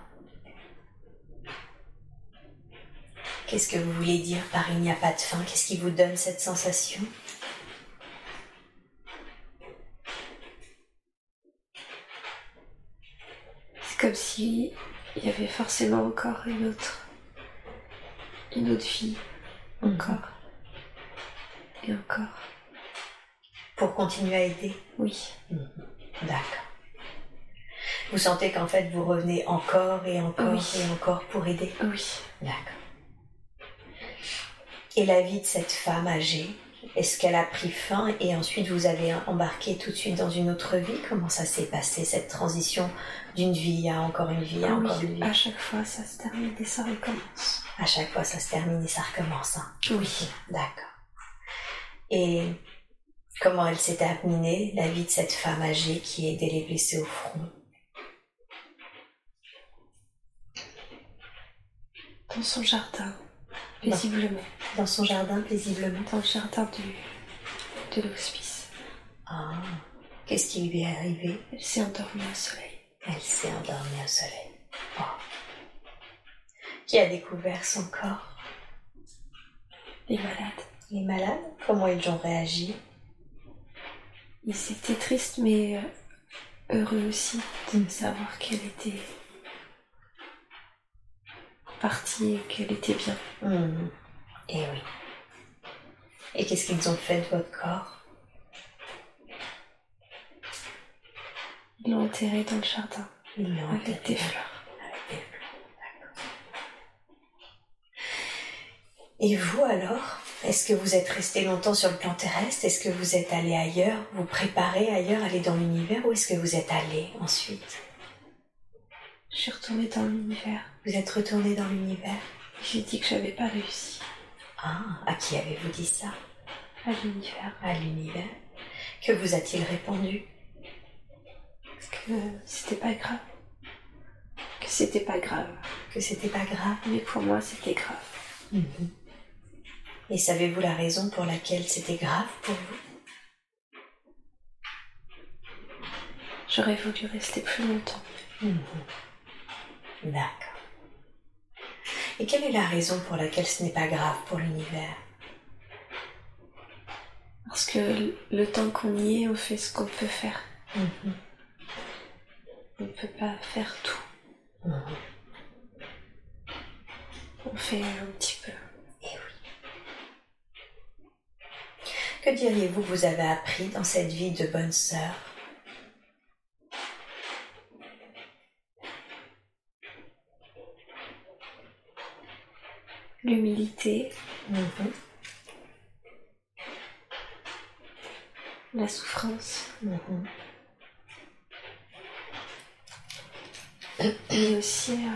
S4: Qu'est-ce que vous voulez dire par il n'y a pas de fin Qu'est-ce qui vous donne cette sensation
S3: C'est comme si il y avait forcément encore une autre. Une autre vie. Encore. Et encore.
S4: Pour continuer à aider
S3: Oui.
S4: D'accord. Vous sentez qu'en fait vous revenez encore et encore
S3: Oui.
S4: et encore pour aider
S3: Oui.
S4: D'accord. Et la vie de cette femme âgée, est-ce qu'elle a pris fin et ensuite vous avez embarqué tout de suite dans une autre vie Comment ça s'est passé cette transition d'une vie à encore une vie à
S3: Ah oui,
S4: encore une vie
S3: à chaque fois, ça se termine et ça recommence.
S4: À chaque fois, ça se termine et ça recommence. hein.
S3: Oui.
S4: D'accord. Et comment elle s'est terminée, la vie de cette femme âgée qui aidait les blessés au front
S3: Dans son jardin. Paisiblement.
S4: Dans son jardin, paisiblement.
S3: Dans le jardin du, de l'hospice.
S4: Ah, qu'est-ce qui lui est arrivé
S3: Elle s'est endormie au soleil.
S4: Elle s'est endormie au soleil. Oh. Qui a découvert son corps
S3: Les malades.
S4: Les malades Comment ils ont réagi
S3: Ils étaient tristes, mais euh, heureux aussi de savoir qu'elle était partie et qu'elle était bien.
S4: Hmm. Eh oui. Et qu'est-ce qu'ils ont fait de votre corps
S3: Ils l'ont enterrée dans le jardin
S4: Ils l'ont
S3: avec des
S4: enterrée.
S3: fleurs.
S4: Et vous alors Est-ce que vous êtes resté longtemps sur le plan terrestre Est-ce que vous êtes allé ailleurs Vous préparez ailleurs, aller dans l'univers Où est-ce que vous êtes allé ensuite
S3: Je suis retournée dans l'univers.
S4: Vous êtes retourné dans l'univers
S3: J'ai dit que j'avais pas réussi
S4: Ah, à qui avez-vous dit ça
S3: à l'univers
S4: À l'univers Que vous a-t-il répondu
S3: parce que c'était pas grave. Que c'était pas grave.
S4: Que c'était pas grave
S3: Mais pour moi, c'était grave.
S4: Et savez-vous la raison pour laquelle c'était grave pour vous
S3: J'aurais voulu rester plus longtemps.
S4: D'accord. Et quelle est la raison pour laquelle ce n'est pas grave pour l'univers
S3: Parce que le- le temps qu'on y est, on fait ce qu'on peut faire. On ne peut pas faire tout.
S4: Mhm.
S3: On fait un petit peu.
S4: Que diriez-vous que vous avez appris dans cette vie de bonne sœur
S3: L'humilité,
S4: Mhm.
S3: la souffrance,
S4: Mhm.
S3: mais aussi euh,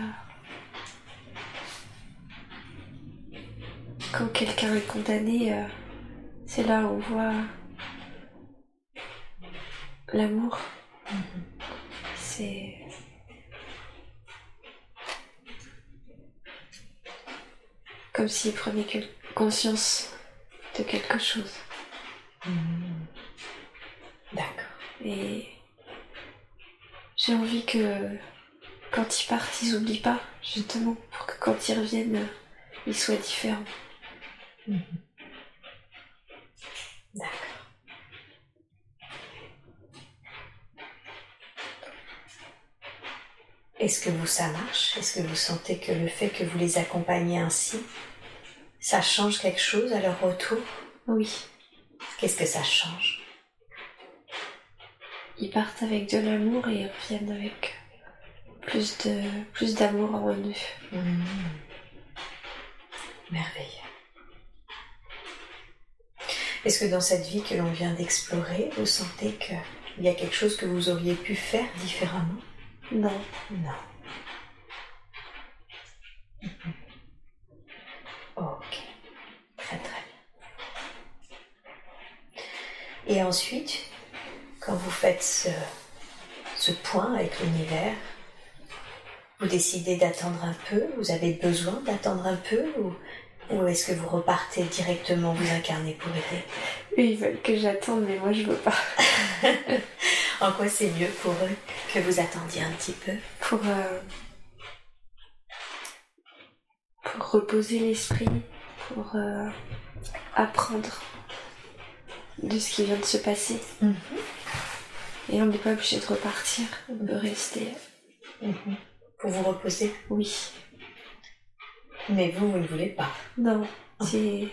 S3: quand quelqu'un est condamné, euh, c'est là où on voit l'amour. C'est comme s'il prenait quel- conscience de quelque chose.
S4: D'accord.
S3: Et j'ai envie que quand ils partent, ils oublient pas, justement, pour que quand ils reviennent, euh, ils soient différents.
S4: D'accord. Est-ce que vous ça marche Est-ce que vous sentez que le fait que vous les accompagnez ainsi, ça change quelque chose à leur retour
S3: Oui,
S4: Qu'est-ce que ça change
S3: ils partent avec de l'amour et ils reviennent avec plus de plus d'amour en eux.
S4: Merveilleux. Est-ce que dans cette vie que l'on vient d'explorer, vous sentez qu'il y a quelque chose que vous auriez pu faire différemment
S3: Non,
S4: Non. Mhm. Ok. Très très bien. Et ensuite, quand vous faites ce, ce point avec l'univers, vous décidez d'attendre un peu Vous avez besoin d'attendre un peu Ou, ou est-ce que vous repartez directement vous incarner pour aider
S3: eux ils veulent que j'attende, mais moi je veux pas.
S4: En quoi c'est mieux pour eux que vous attendiez un petit peu
S3: Pour euh, pour reposer l'esprit, pour euh, apprendre de ce qui vient de se passer.
S4: Mhm.
S3: Et on n'est pas obligé de repartir, on peut rester.
S4: Mhm. Pour vous reposer
S3: Oui.
S4: Mais vous, vous ne voulez pas.
S3: Non, c'est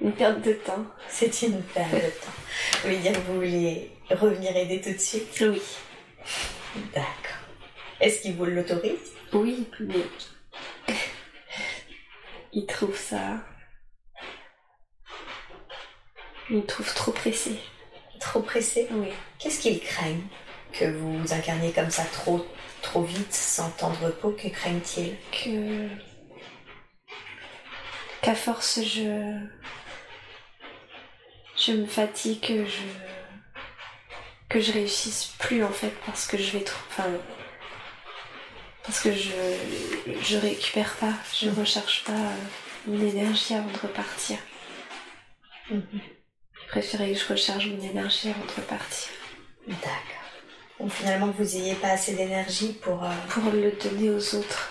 S3: une perte de temps.
S4: C'est une perte de temps. Vous voulez dire que vous voulez revenir aider tout de suite
S3: Oui.
S4: D'accord. Est-ce qu'il vous l'autorise
S3: Oui, mais il trouve ça. Il me trouve trop pressé.
S4: Trop pressé
S3: Oui.
S4: Qu'est-ce qu'ils craignent Que vous vous incarniez comme ça trop, trop vite, sans temps de repos Que craignent-ils
S3: Que qu'à force je je me fatigue, que je que je réussisse plus en fait parce que je vais trop. Enfin, parce que je je récupère pas, je recherche pas euh, mon énergie avant de repartir. Je préférais que je recharge mon énergie avant de repartir.
S4: D'accord. Donc finalement, vous n'ayez pas assez d'énergie pour... euh,
S3: Pour le donner aux autres.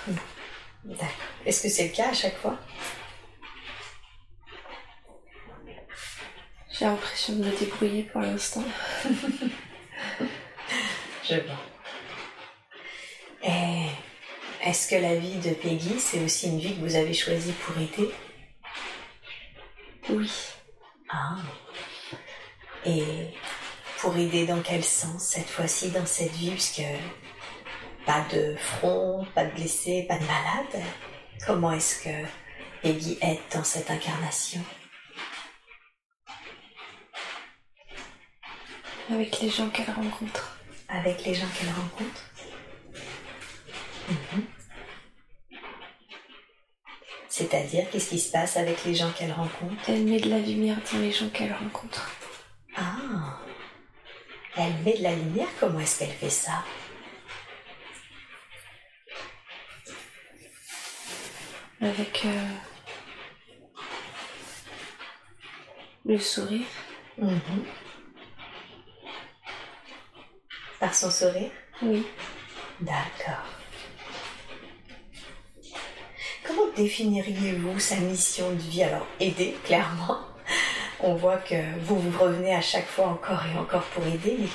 S4: D'accord. Est-ce que c'est le cas à chaque fois
S3: J'ai l'impression de me débrouiller pour l'instant.
S4: Je vois. Et est-ce que la vie de Peggy, c'est aussi une vie que vous avez choisie pour aider
S3: Oui.
S4: Ah. Et pour aider dans quel sens cette fois-ci dans cette vie puisque pas de front, pas de blessé, pas de malade. Comment est-ce que Peggy aide dans cette incarnation
S3: Avec les gens qu'elle rencontre.
S4: avec les gens qu'elle rencontre Mhm. C'est-à-dire qu'est-ce qui se passe avec les gens qu'elle rencontre
S3: Elle met de la lumière dans les gens qu'elle rencontre.
S4: Ah Elle met de la lumière, comment est-ce qu'elle fait ça
S3: Avec euh, le sourire.
S4: Mhm. Par son sourire
S3: Oui.
S4: D'accord. Comment définiriez-vous sa mission de vie Alors, aider, clairement. On voit que vous vous revenez à chaque fois encore et encore pour aider, mais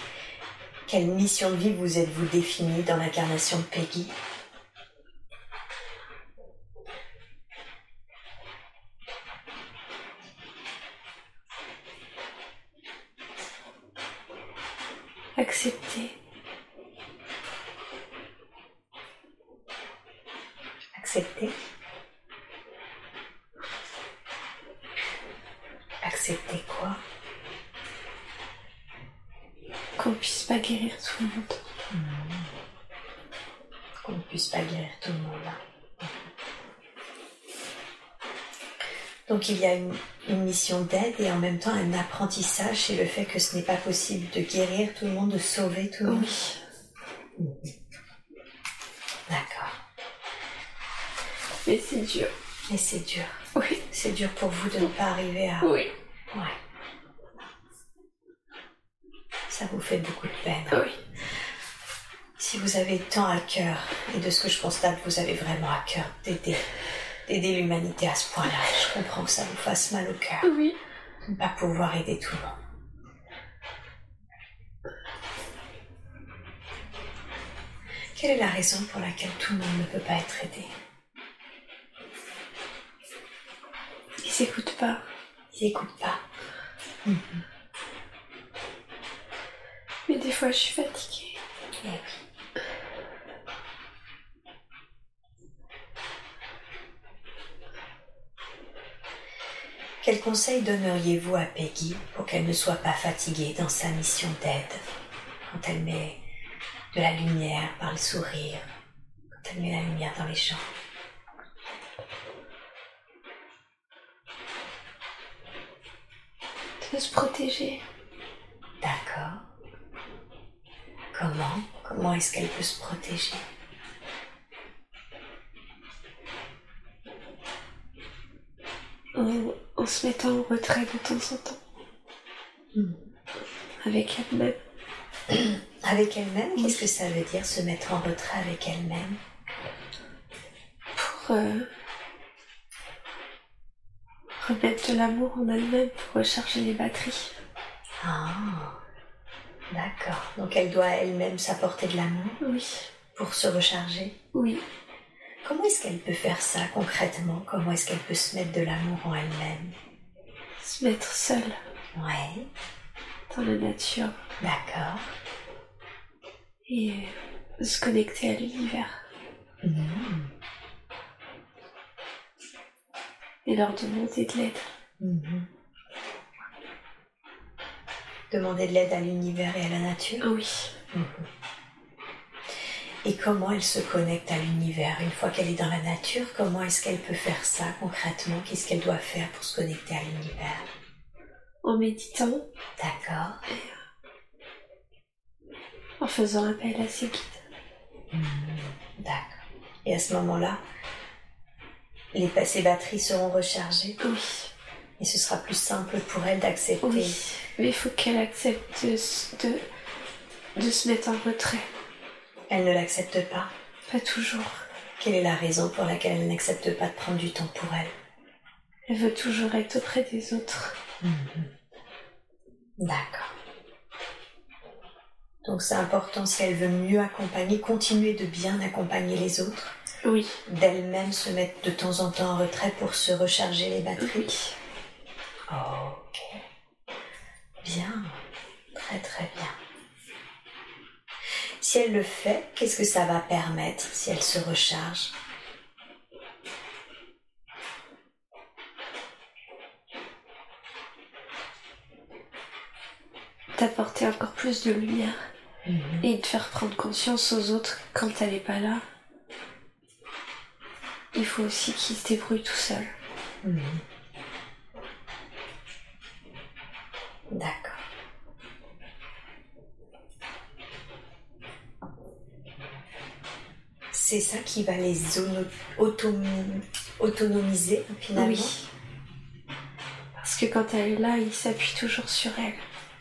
S4: quelle mission de vie vous êtes-vous définie dans l'incarnation de Peggy
S3: Accepter.
S4: Accepter Accepter quoi
S3: Qu'on puisse pas guérir tout le monde.
S4: qu'on ne puisse pas guérir tout le monde. hein. Donc il y a une, une mission d'aide et en même temps un apprentissage chez le fait que ce n'est pas possible de guérir tout le monde, de sauver tout le monde.
S3: Oui.
S4: D'accord.
S3: Mais c'est dur.
S4: Et c'est dur.
S3: Oui.
S4: C'est dur pour vous de ne pas arriver à...
S3: Oui.
S4: Ouais. Ça vous fait beaucoup de peine.
S3: Oui.
S4: Si vous avez tant à cœur, et de ce que je constate, vous avez vraiment à cœur d'aider, d'aider l'humanité à ce point-là. Je comprends que ça vous fasse mal au cœur
S3: Oui.
S4: de ne pas pouvoir aider tout le monde. Quelle est la raison pour laquelle tout le monde ne peut pas être aidé
S3: Ils s'écoutent pas.
S4: Ils n'écoutent pas.
S3: Mais des fois, je suis fatiguée.
S4: Eh oui. Quel conseil donneriez-vous à Peggy pour qu'elle ne soit pas fatiguée dans sa mission d'aide Quand elle met de la lumière par le sourire, quand elle met la lumière dans les gens.
S3: De se protéger.
S4: D'accord. Comment Comment est-ce qu'elle peut se protéger
S3: En, en se mettant en retrait de temps en temps.
S4: Mm.
S3: Avec elle-même.
S4: Avec elle-même
S3: Oui.
S4: Qu'est-ce que ça veut dire se mettre en retrait avec elle-même
S3: Pour euh, remettre de l'amour en elle-même. Pour recharger les batteries.
S4: Ah, d'accord. Donc elle doit elle-même s'apporter de l'amour
S3: Oui.
S4: pour se recharger.
S3: Oui.
S4: Comment est-ce qu'elle peut faire ça concrètement Comment est-ce qu'elle peut se mettre de l'amour en elle-même
S3: Se mettre seule
S4: Ouais,
S3: dans la nature.
S4: d'accord.
S3: Et euh, se connecter à l'univers.
S4: Mhm,
S3: Et leur demander de l'aide.
S4: mhm. Demander de l'aide à l'univers et à la nature.
S3: Oui.
S4: Et comment elle se connecte à l'univers une fois qu'elle est dans la nature Comment est-ce qu'elle peut faire ça concrètement Qu'est-ce qu'elle doit faire pour se connecter à l'univers
S3: En méditant.
S4: D'accord.
S3: En faisant appel à ses guides.
S4: D'accord. Et à ce moment-là, les, pa- ces batteries seront rechargées
S3: Oui.
S4: et ce sera plus simple pour elle d'accepter.
S3: Oui, mais il faut qu'elle accepte de, s- de, de se mettre en retrait.
S4: Elle ne l'accepte pas.
S3: Pas toujours.
S4: Quelle est la raison pour laquelle elle n'accepte pas de prendre du temps pour elle
S3: Elle veut toujours être auprès des autres.
S4: D'accord. Donc c'est important si elle veut mieux accompagner, continuer de bien accompagner les autres,
S3: Oui,
S4: d'elle-même se mettre de temps en temps en retrait pour se recharger les batteries.
S3: oui.
S4: Ok. Bien. Très très bien. Si elle le fait, qu'est-ce que ça va permettre si elle se recharge
S3: D'apporter encore plus de lumière et de faire prendre conscience aux autres quand elle n'est pas là. Il faut aussi qu'ils se débrouillent tout seuls.
S4: Mhm. D'accord. C'est ça qui va les ono- automi- autonomiser finalement.
S3: Oui. Parce que quand elle est là, ils s'appuient toujours sur elle.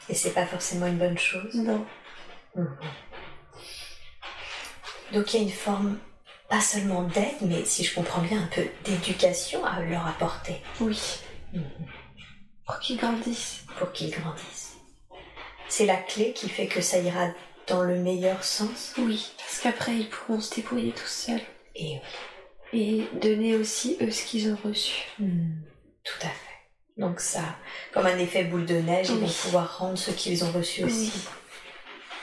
S4: Et c'est pas forcément une bonne chose.
S3: Non.
S4: Donc il y a une forme, pas seulement d'aide, mais si je comprends bien, un peu d'éducation à leur apporter
S3: Oui. Pour qu'ils grandissent.
S4: pour qu'ils grandissent. C'est la clé qui fait que ça ira dans le meilleur sens.
S3: Oui. Parce qu'après, ils pourront se débrouiller tout seuls.
S4: Et
S3: et donner aussi eux ce qu'ils ont reçu.
S4: Hmm, Tout à fait. Donc ça, comme un effet boule de neige, ils
S3: Oui.
S4: vont pouvoir rendre ce qu'ils ont reçu aussi.
S3: Oui.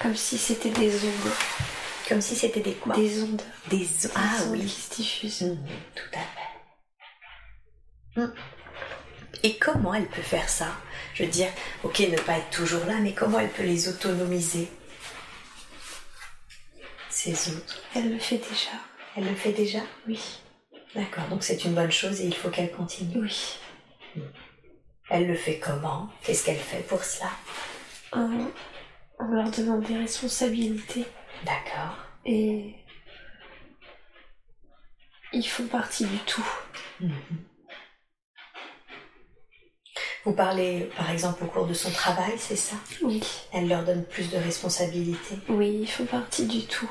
S3: Comme si c'était des ondes.
S4: Comme si c'était des Ah quoi
S3: Des ondes.
S4: Des
S3: Des ondes qui se diffusent.
S4: Hmm, Tout à fait. Hmm. Et comment elle peut faire ça Je veux dire, ok, ne pas être toujours là, mais comment elle peut les autonomiser Ces autres.
S3: Elle le fait déjà.
S4: Elle le fait déjà
S3: Oui,
S4: D'accord, donc c'est une bonne chose et il faut qu'elle continue.
S3: oui.
S4: Elle le fait comment Qu'est-ce qu'elle fait pour cela
S3: Euh, on leur demande des responsabilités
S4: D'accord.
S3: et ils font partie du tout.
S4: Vous parlez par exemple au cours de son travail, c'est ça
S3: Oui,
S4: Elle leur donne plus de responsabilités.
S3: oui, ils font partie du tout.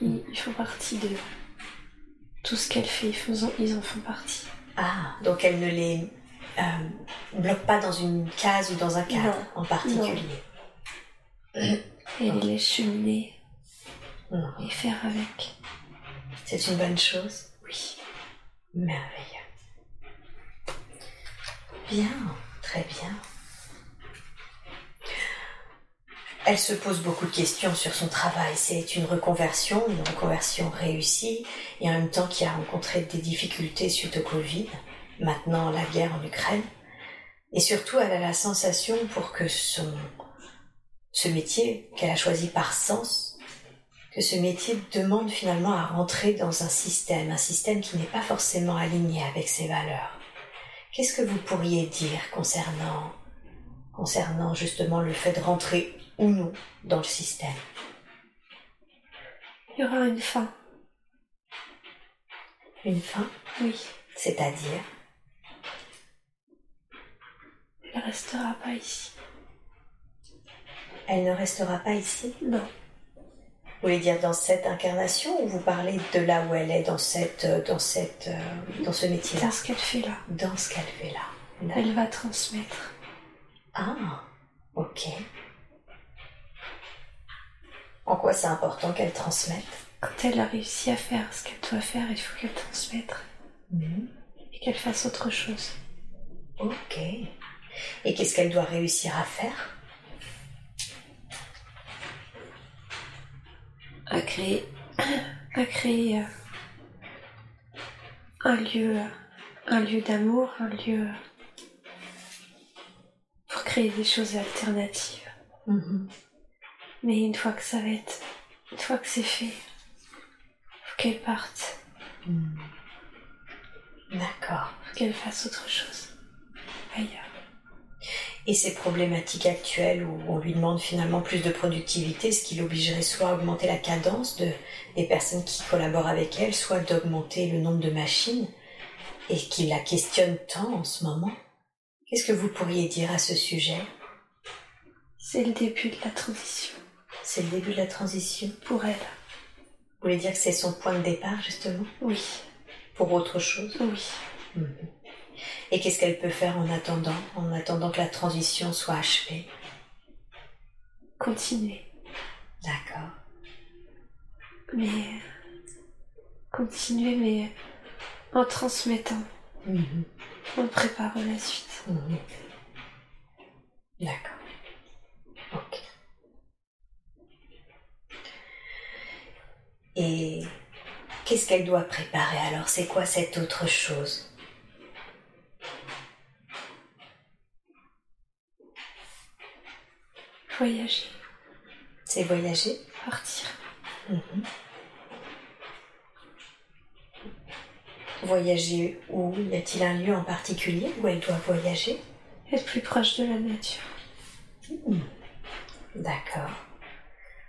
S3: Ils, ils font partie de tout ce qu'elle fait. Ils, font- ils en font partie.
S4: Ah, donc elle ne les euh, bloque pas dans une case ou dans un cadre en particulier.
S3: Elle les laisse cheminer
S4: Mhm.
S3: et faire avec.
S4: C'est une bonne chose.
S3: Oui.
S4: Merveilleux. Bien, très bien. Elle se pose beaucoup de questions sur son travail. C'est une reconversion, une reconversion réussie, et en même temps qui a rencontré des difficultés suite au Covid, maintenant la guerre en Ukraine. Et surtout, elle a la sensation pour que son, ce métier qu'elle a choisi par sens que ce métier demande finalement à rentrer dans un système, un système qui n'est pas forcément aligné avec ses valeurs. Qu'est-ce que vous pourriez dire concernant, concernant justement le fait de rentrer ou non dans le système
S3: Il y aura une fin.
S4: Une fin,
S3: Oui.
S4: c'est-à-dire
S3: Elle restera pas ici.
S4: elle ne restera pas ici.
S3: Non.
S4: Vous voulez dire dans cette incarnation ou vous parlez de là où elle est dans cette, dans cette, euh, dans ce métier-là,
S3: Dans ce qu'elle fait là,
S4: dans ce qu'elle fait là. D'accord.
S3: elle va transmettre.
S4: Ah, ok. En quoi c'est important qu'elle transmette
S3: Quand elle a réussi à faire ce qu'elle doit faire, il faut qu'elle transmette et qu'elle fasse autre chose.
S4: Ok. Et qu'est-ce qu'elle doit réussir à faire
S3: À créer. à créer euh, un lieu. euh, un lieu d'amour, un lieu. euh, pour créer des choses alternatives. Mais une fois que ça va être. une fois que c'est fait, faut qu'elle parte,
S4: Mm. D'accord.
S3: faut qu'elle fasse autre chose. Ailleurs.
S4: Et ces problématiques actuelles où on lui demande finalement plus de productivité, ce qui l'obligerait soit à augmenter la cadence de, des personnes qui collaborent avec elle, soit d'augmenter le nombre de machines, et qui la questionne tant en ce moment. Qu'est-ce que vous pourriez dire à ce sujet
S3: C'est le début de la transition
S4: C'est le début de la transition.
S3: pour elle.
S4: Vous voulez dire que c'est son point de départ, justement,
S3: Oui,
S4: pour autre chose
S3: oui.
S4: Et qu'est-ce qu'elle peut faire en attendant, en attendant que la transition soit achevée
S3: Continuer.
S4: D'accord.
S3: Mais. Continuer, mais en transmettant,
S4: Mhm.
S3: en préparant la suite.
S4: Mhm. D'accord. Ok. Et qu'est-ce qu'elle doit préparer alors C'est quoi cette autre chose
S3: Voyager,
S4: C'est voyager
S3: partir.
S4: Mhm. Voyager où Y a-t-il un lieu en particulier où elle doit voyager
S3: Être plus proche de la nature.
S4: D'accord.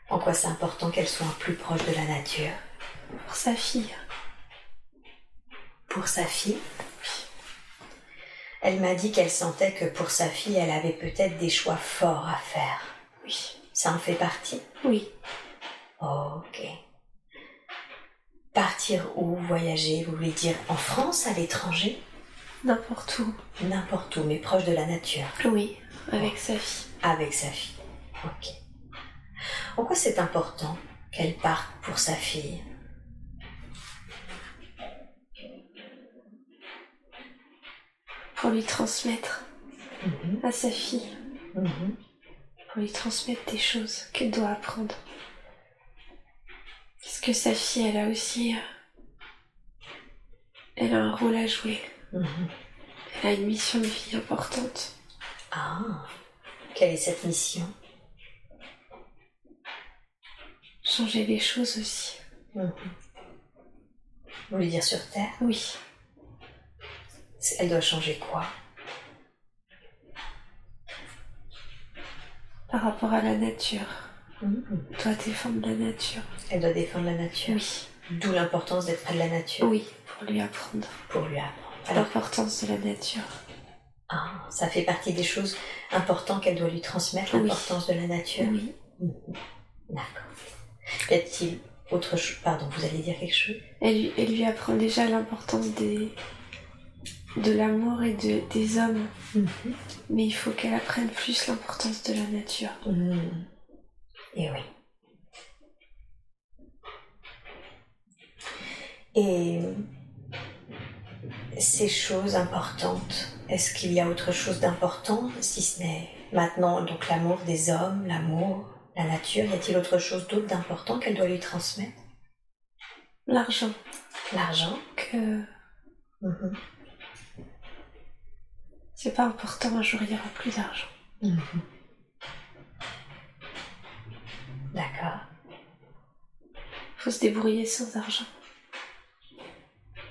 S4: En quoi c'est important qu'elle soit plus proche de la nature
S3: Pour sa fille.
S4: Pour sa fille Elle m'a dit qu'elle sentait que pour sa fille, elle avait peut-être des choix forts à faire.
S3: Oui.
S4: Ça en fait partie
S3: Oui.
S4: Ok. Partir où Voyager Vous voulez dire en France, à l'étranger
S3: N'importe où.
S4: N'importe où, mais proche de la nature.
S3: Oui. Avec sa fille.
S4: avec sa fille. Ok. En quoi c'est important qu'elle parte pour sa fille
S3: Pour lui transmettre à sa fille. Pour lui transmettre des choses qu'elle doit apprendre. Parce que sa fille, elle a aussi. euh, Elle a un rôle à jouer. Elle a une mission de vie importante.
S4: Ah, quelle est cette mission
S3: Changer les choses aussi.
S4: Vous voulez dire sur Terre
S3: Oui.
S4: C'est- Elle doit changer quoi
S3: Par rapport à la nature.
S4: Mhm.
S3: Toi, défendre la nature.
S4: Elle doit défendre la nature.
S3: Oui.
S4: D'où l'importance d'être près de la nature
S3: Oui, pour lui apprendre.
S4: pour lui apprendre. Alors,
S3: L'importance de la nature.
S4: ah, ça fait partie des choses importantes qu'elle doit lui transmettre,
S3: Oui.
S4: l'importance de la nature.
S3: Oui.
S4: Mhm. D'accord. Y a-t-il autre chose Pardon, vous allez dire quelque chose
S3: Elle lui, elle lui apprend déjà l'importance des de l'amour et de, des hommes. Mais il faut qu'elle apprenne plus l'importance de la nature.
S4: Mhm. Et oui. Et ces choses importantes, est-ce qu'il y a autre chose d'important, si ce n'est maintenant donc l'amour des hommes, l'amour, la nature, y a-t-il autre chose d'autre d'important qu'elle doit lui transmettre
S3: L'argent.
S4: L'argent
S3: Que
S4: Mhm.
S3: c'est pas important, un jour il y aura plus d'argent.
S4: Mhm. D'accord.
S3: Faut se débrouiller sans argent.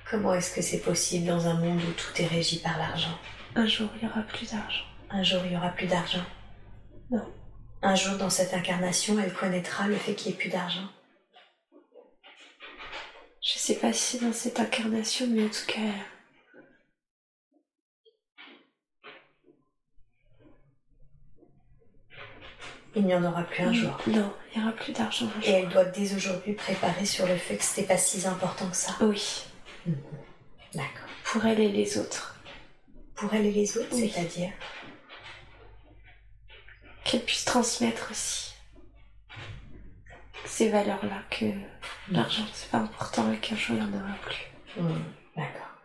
S4: Comment est-ce que c'est possible dans un monde où tout est régi par l'argent
S3: Un jour il y aura plus d'argent.
S4: Un jour, il n'y aura plus d'argent
S3: Non.
S4: Un jour, dans cette incarnation, elle connaîtra le fait qu'il n'y ait plus d'argent.
S3: Je sais pas si dans cette incarnation, mais en tout cas.
S4: Il n'y en aura plus
S3: Mm.
S4: un jour.
S3: Non, il y aura plus d'argent un
S4: Et
S3: jour.
S4: elle doit dès aujourd'hui préparer sur le fait que c'était pas si important que ça.
S3: Oui,
S4: D'accord.
S3: pour elle et les autres.
S4: Pour elle et les autres,
S3: Oui.
S4: c'est-à-dire
S3: Qu'elle puisse transmettre aussi ces valeurs-là, que l'argent c'est pas important et qu'un jour il n'y en aura plus.
S4: Hmm, D'accord.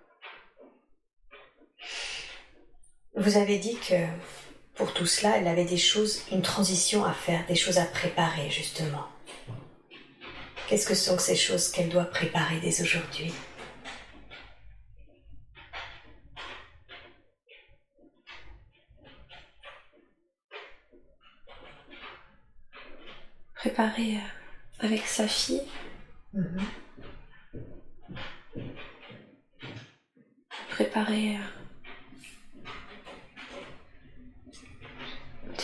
S4: Vous avez dit que pour tout cela, elle avait des choses, une transition à faire, des choses à préparer, justement. Qu'est-ce que sont ces choses qu'elle doit préparer dès aujourd'hui
S3: Préparer euh, avec sa fille,
S4: Mm-hmm.
S3: préparer. euh,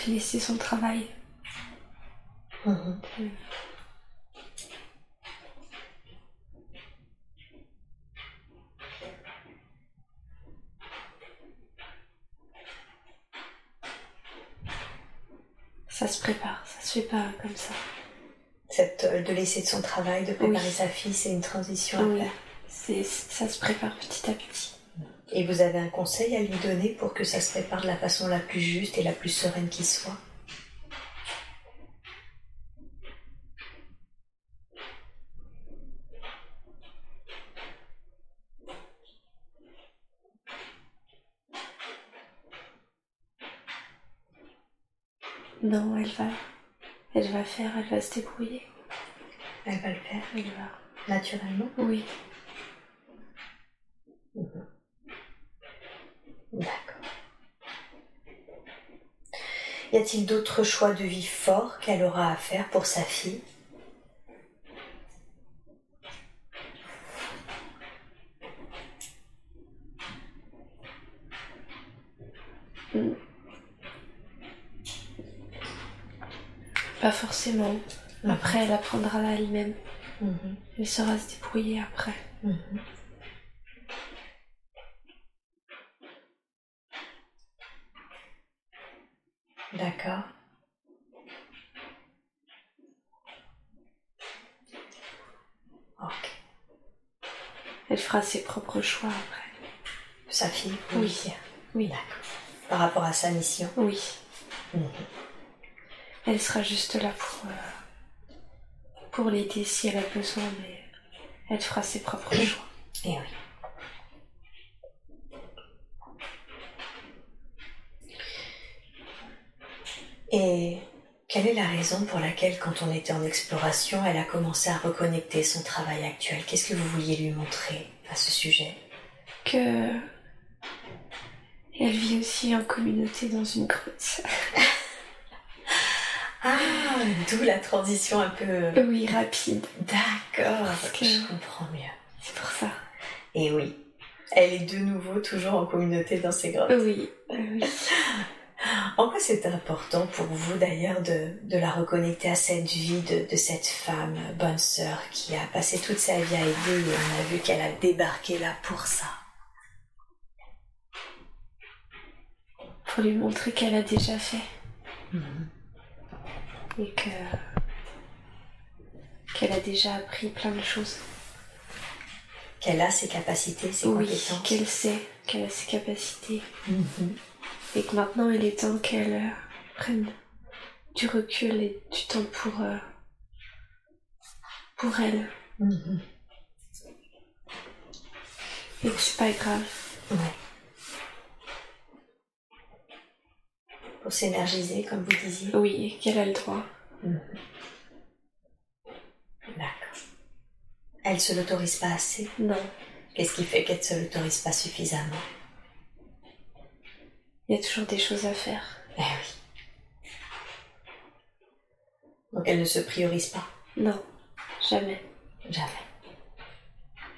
S3: de laisser son travail.
S4: Mhm.
S3: Ça se prépare, ça se fait pas comme ça.
S4: Cette, euh, de laisser de son travail, de préparer
S3: Oui.
S4: sa fille, c'est une transition à
S3: Oui.
S4: faire.
S3: C'est, ça se prépare petit à petit.
S4: Et vous avez un conseil à lui donner pour que ça se prépare de la façon la plus juste et la plus sereine qui soit
S3: Non, elle va, elle va faire, elle va se débrouiller.
S4: Elle va le faire
S3: Elle va.
S4: naturellement.
S3: Oui,
S4: D'accord. Y a-t-il d'autres choix de vie forts qu'elle aura à faire pour sa fille
S3: pas forcément.
S4: Mhm.
S3: Après, elle apprendra à elle-même. Elle saura se débrouiller après.
S4: Mhm. D'accord. Ok.
S3: Elle fera ses propres choix après.
S4: Sa fille vous
S3: Oui.
S4: dire.
S3: Oui.
S4: D'accord. Par rapport à sa mission.
S3: Oui.
S4: Mhm.
S3: Elle sera juste là pour, euh, pour l'aider si elle a besoin, mais elle fera ses propres choix.
S4: Eh oui. Et quelle est la raison pour laquelle, quand on était en exploration, elle a commencé à reconnecter son travail actuel Qu'est-ce que vous vouliez lui montrer à ce sujet
S3: Que elle vit aussi en communauté dans une grotte.
S4: Ah, d'où la transition un peu.
S3: Oui, rapide.
S4: D'accord,
S3: Parce que-
S4: je comprends mieux.
S3: C'est pour ça.
S4: Et oui, elle est de nouveau toujours en communauté dans ces grottes.
S3: Oui. oui.
S4: En quoi c'est important pour vous d'ailleurs de, de la reconnecter à cette vie de, de cette femme, bonne sœur, qui a passé toute sa vie à aider et on a vu qu'elle a débarqué là pour ça
S3: Pour lui montrer qu'elle a déjà fait.
S4: Mhm.
S3: et que qu'elle a déjà appris plein de choses.
S4: Qu'elle a ses capacités, ses
S3: oui,
S4: compétences.
S3: qu'elle sait, qu'elle a ses capacités
S4: Mhm.
S3: et que maintenant il est temps qu'elle euh, prenne du recul et du temps pour euh, pour elle
S4: Mhm.
S3: et que c'est pas grave.
S4: Pour s'énergiser, comme vous disiez.
S3: Oui, et qu'elle a le droit.
S4: D'accord. Elle se l'autorise pas assez.
S3: Non,
S4: Qu'est-ce qui fait qu'elle se l'autorise pas suffisamment
S3: il y a toujours des choses à faire.
S4: Eh oui. Donc elle ne se priorise pas.
S3: Non, jamais.
S4: Jamais.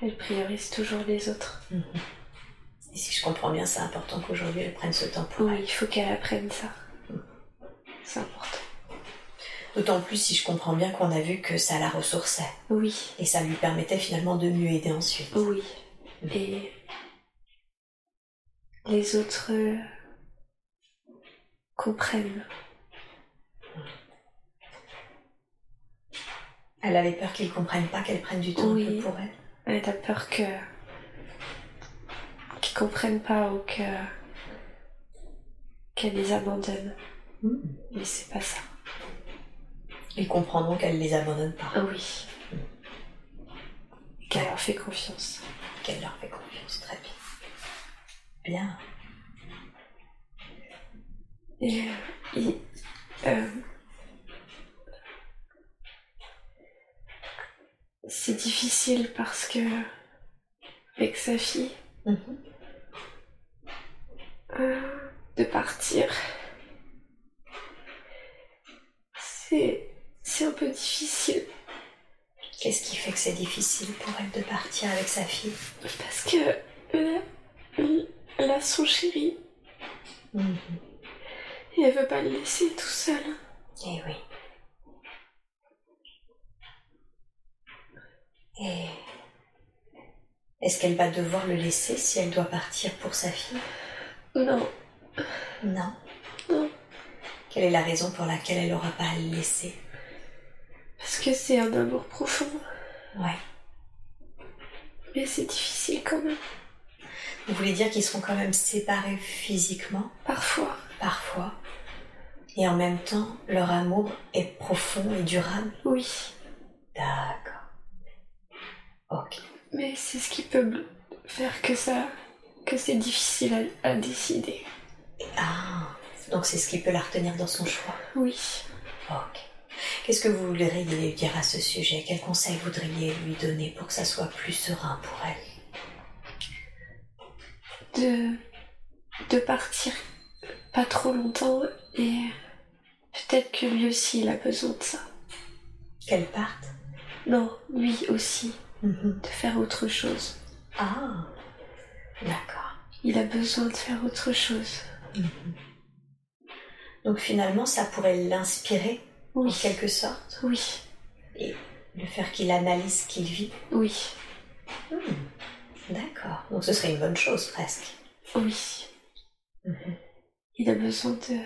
S3: Elle priorise toujours les autres.
S4: Et si je comprends bien, c'est important qu'aujourd'hui elle prenne ce temps pour
S3: Oui,
S4: elle.
S3: il faut qu'elle apprenne ça. C'est important.
S4: D'autant plus si je comprends bien qu'on a vu que ça la ressourçait.
S3: Oui,
S4: Et ça lui permettait finalement de mieux aider ensuite.
S3: oui. Et les autres euh, comprennent.
S4: Elle avait peur qu'ils comprennent pas, qu'elle prenne du temps un
S3: Oui.
S4: peu pour elle.
S3: Elle a peur que qu'ils comprennent pas ou que qu'elle les abandonne.
S4: Mhm.
S3: Mais c'est pas ça.
S4: Ils comprendront qu'elle les abandonne pas.
S3: Ah oui. Qu'elle leur fait confiance.
S4: Qu'elle leur fait confiance. Très bien. Bien.
S3: Et, euh, il- euh, c'est difficile parce que avec sa fille,
S4: Mhm.
S3: euh, de partir, c'est c'est un peu difficile
S4: Qu'est-ce qui fait que c'est difficile pour elle de partir avec sa fille
S3: parce que elle a, elle a son chéri et elle veut pas le laisser tout seul.
S4: Eh oui. Et est-ce qu'elle va devoir le laisser si elle doit partir pour sa fille
S3: Non,
S4: Non.
S3: Non.
S4: Quelle est la raison pour laquelle elle n'aura pas à le laisser
S3: parce que c'est un amour profond,
S4: Ouais.
S3: mais c'est difficile quand même
S4: Vous voulez dire qu'ils sont quand même séparés physiquement,
S3: parfois.
S4: parfois, et en même temps, leur amour est profond et durable
S3: Oui.
S4: D'accord. Ok.
S3: Mais c'est ce qui peut me faire que ça. que c'est difficile à, à décider.
S4: Ah, donc c'est ce qui peut la retenir dans son choix.
S3: Oui.
S4: Ok. Qu'est-ce que vous voudriez lui dire à ce sujet Quel conseil voudriez lui donner pour que ça soit plus serein pour elle
S3: De. de partir pas trop longtemps et. peut-être que lui aussi il a besoin de ça.
S4: Qu'elle parte Mm-hmm.
S3: Non, lui aussi, de faire autre chose.
S4: Ah, d'accord.
S3: Il a besoin de faire autre chose.
S4: Donc finalement, ça pourrait l'inspirer, en
S3: Oui.
S4: quelque sorte,
S3: Oui.
S4: le faire qu'il analyse ce qu'il vit.
S3: Oui.
S4: D'accord. Donc ce serait une bonne chose, presque.
S3: Oui. Il a besoin de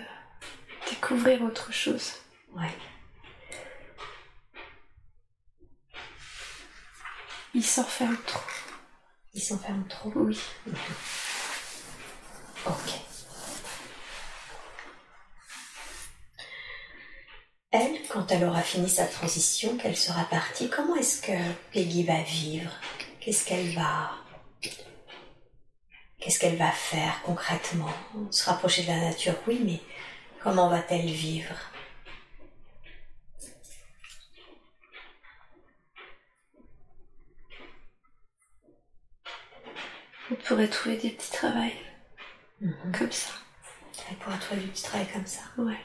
S3: découvrir autre chose.
S4: Ouais.
S3: Il s'enferme trop.
S4: Il s'enferme trop.
S3: Oui.
S4: Ok. Elle, quand elle aura fini sa transition, qu'elle sera partie, comment est-ce que Peggy va vivre Qu'est-ce qu'elle va... Qu'est-ce qu'elle va faire concrètement Se rapprocher de la nature, oui, mais comment va-t-elle vivre
S3: On pourrait trouver des petits travails comme ça.
S4: Elle pourra trouver du petit travail comme ça.
S3: Ouais.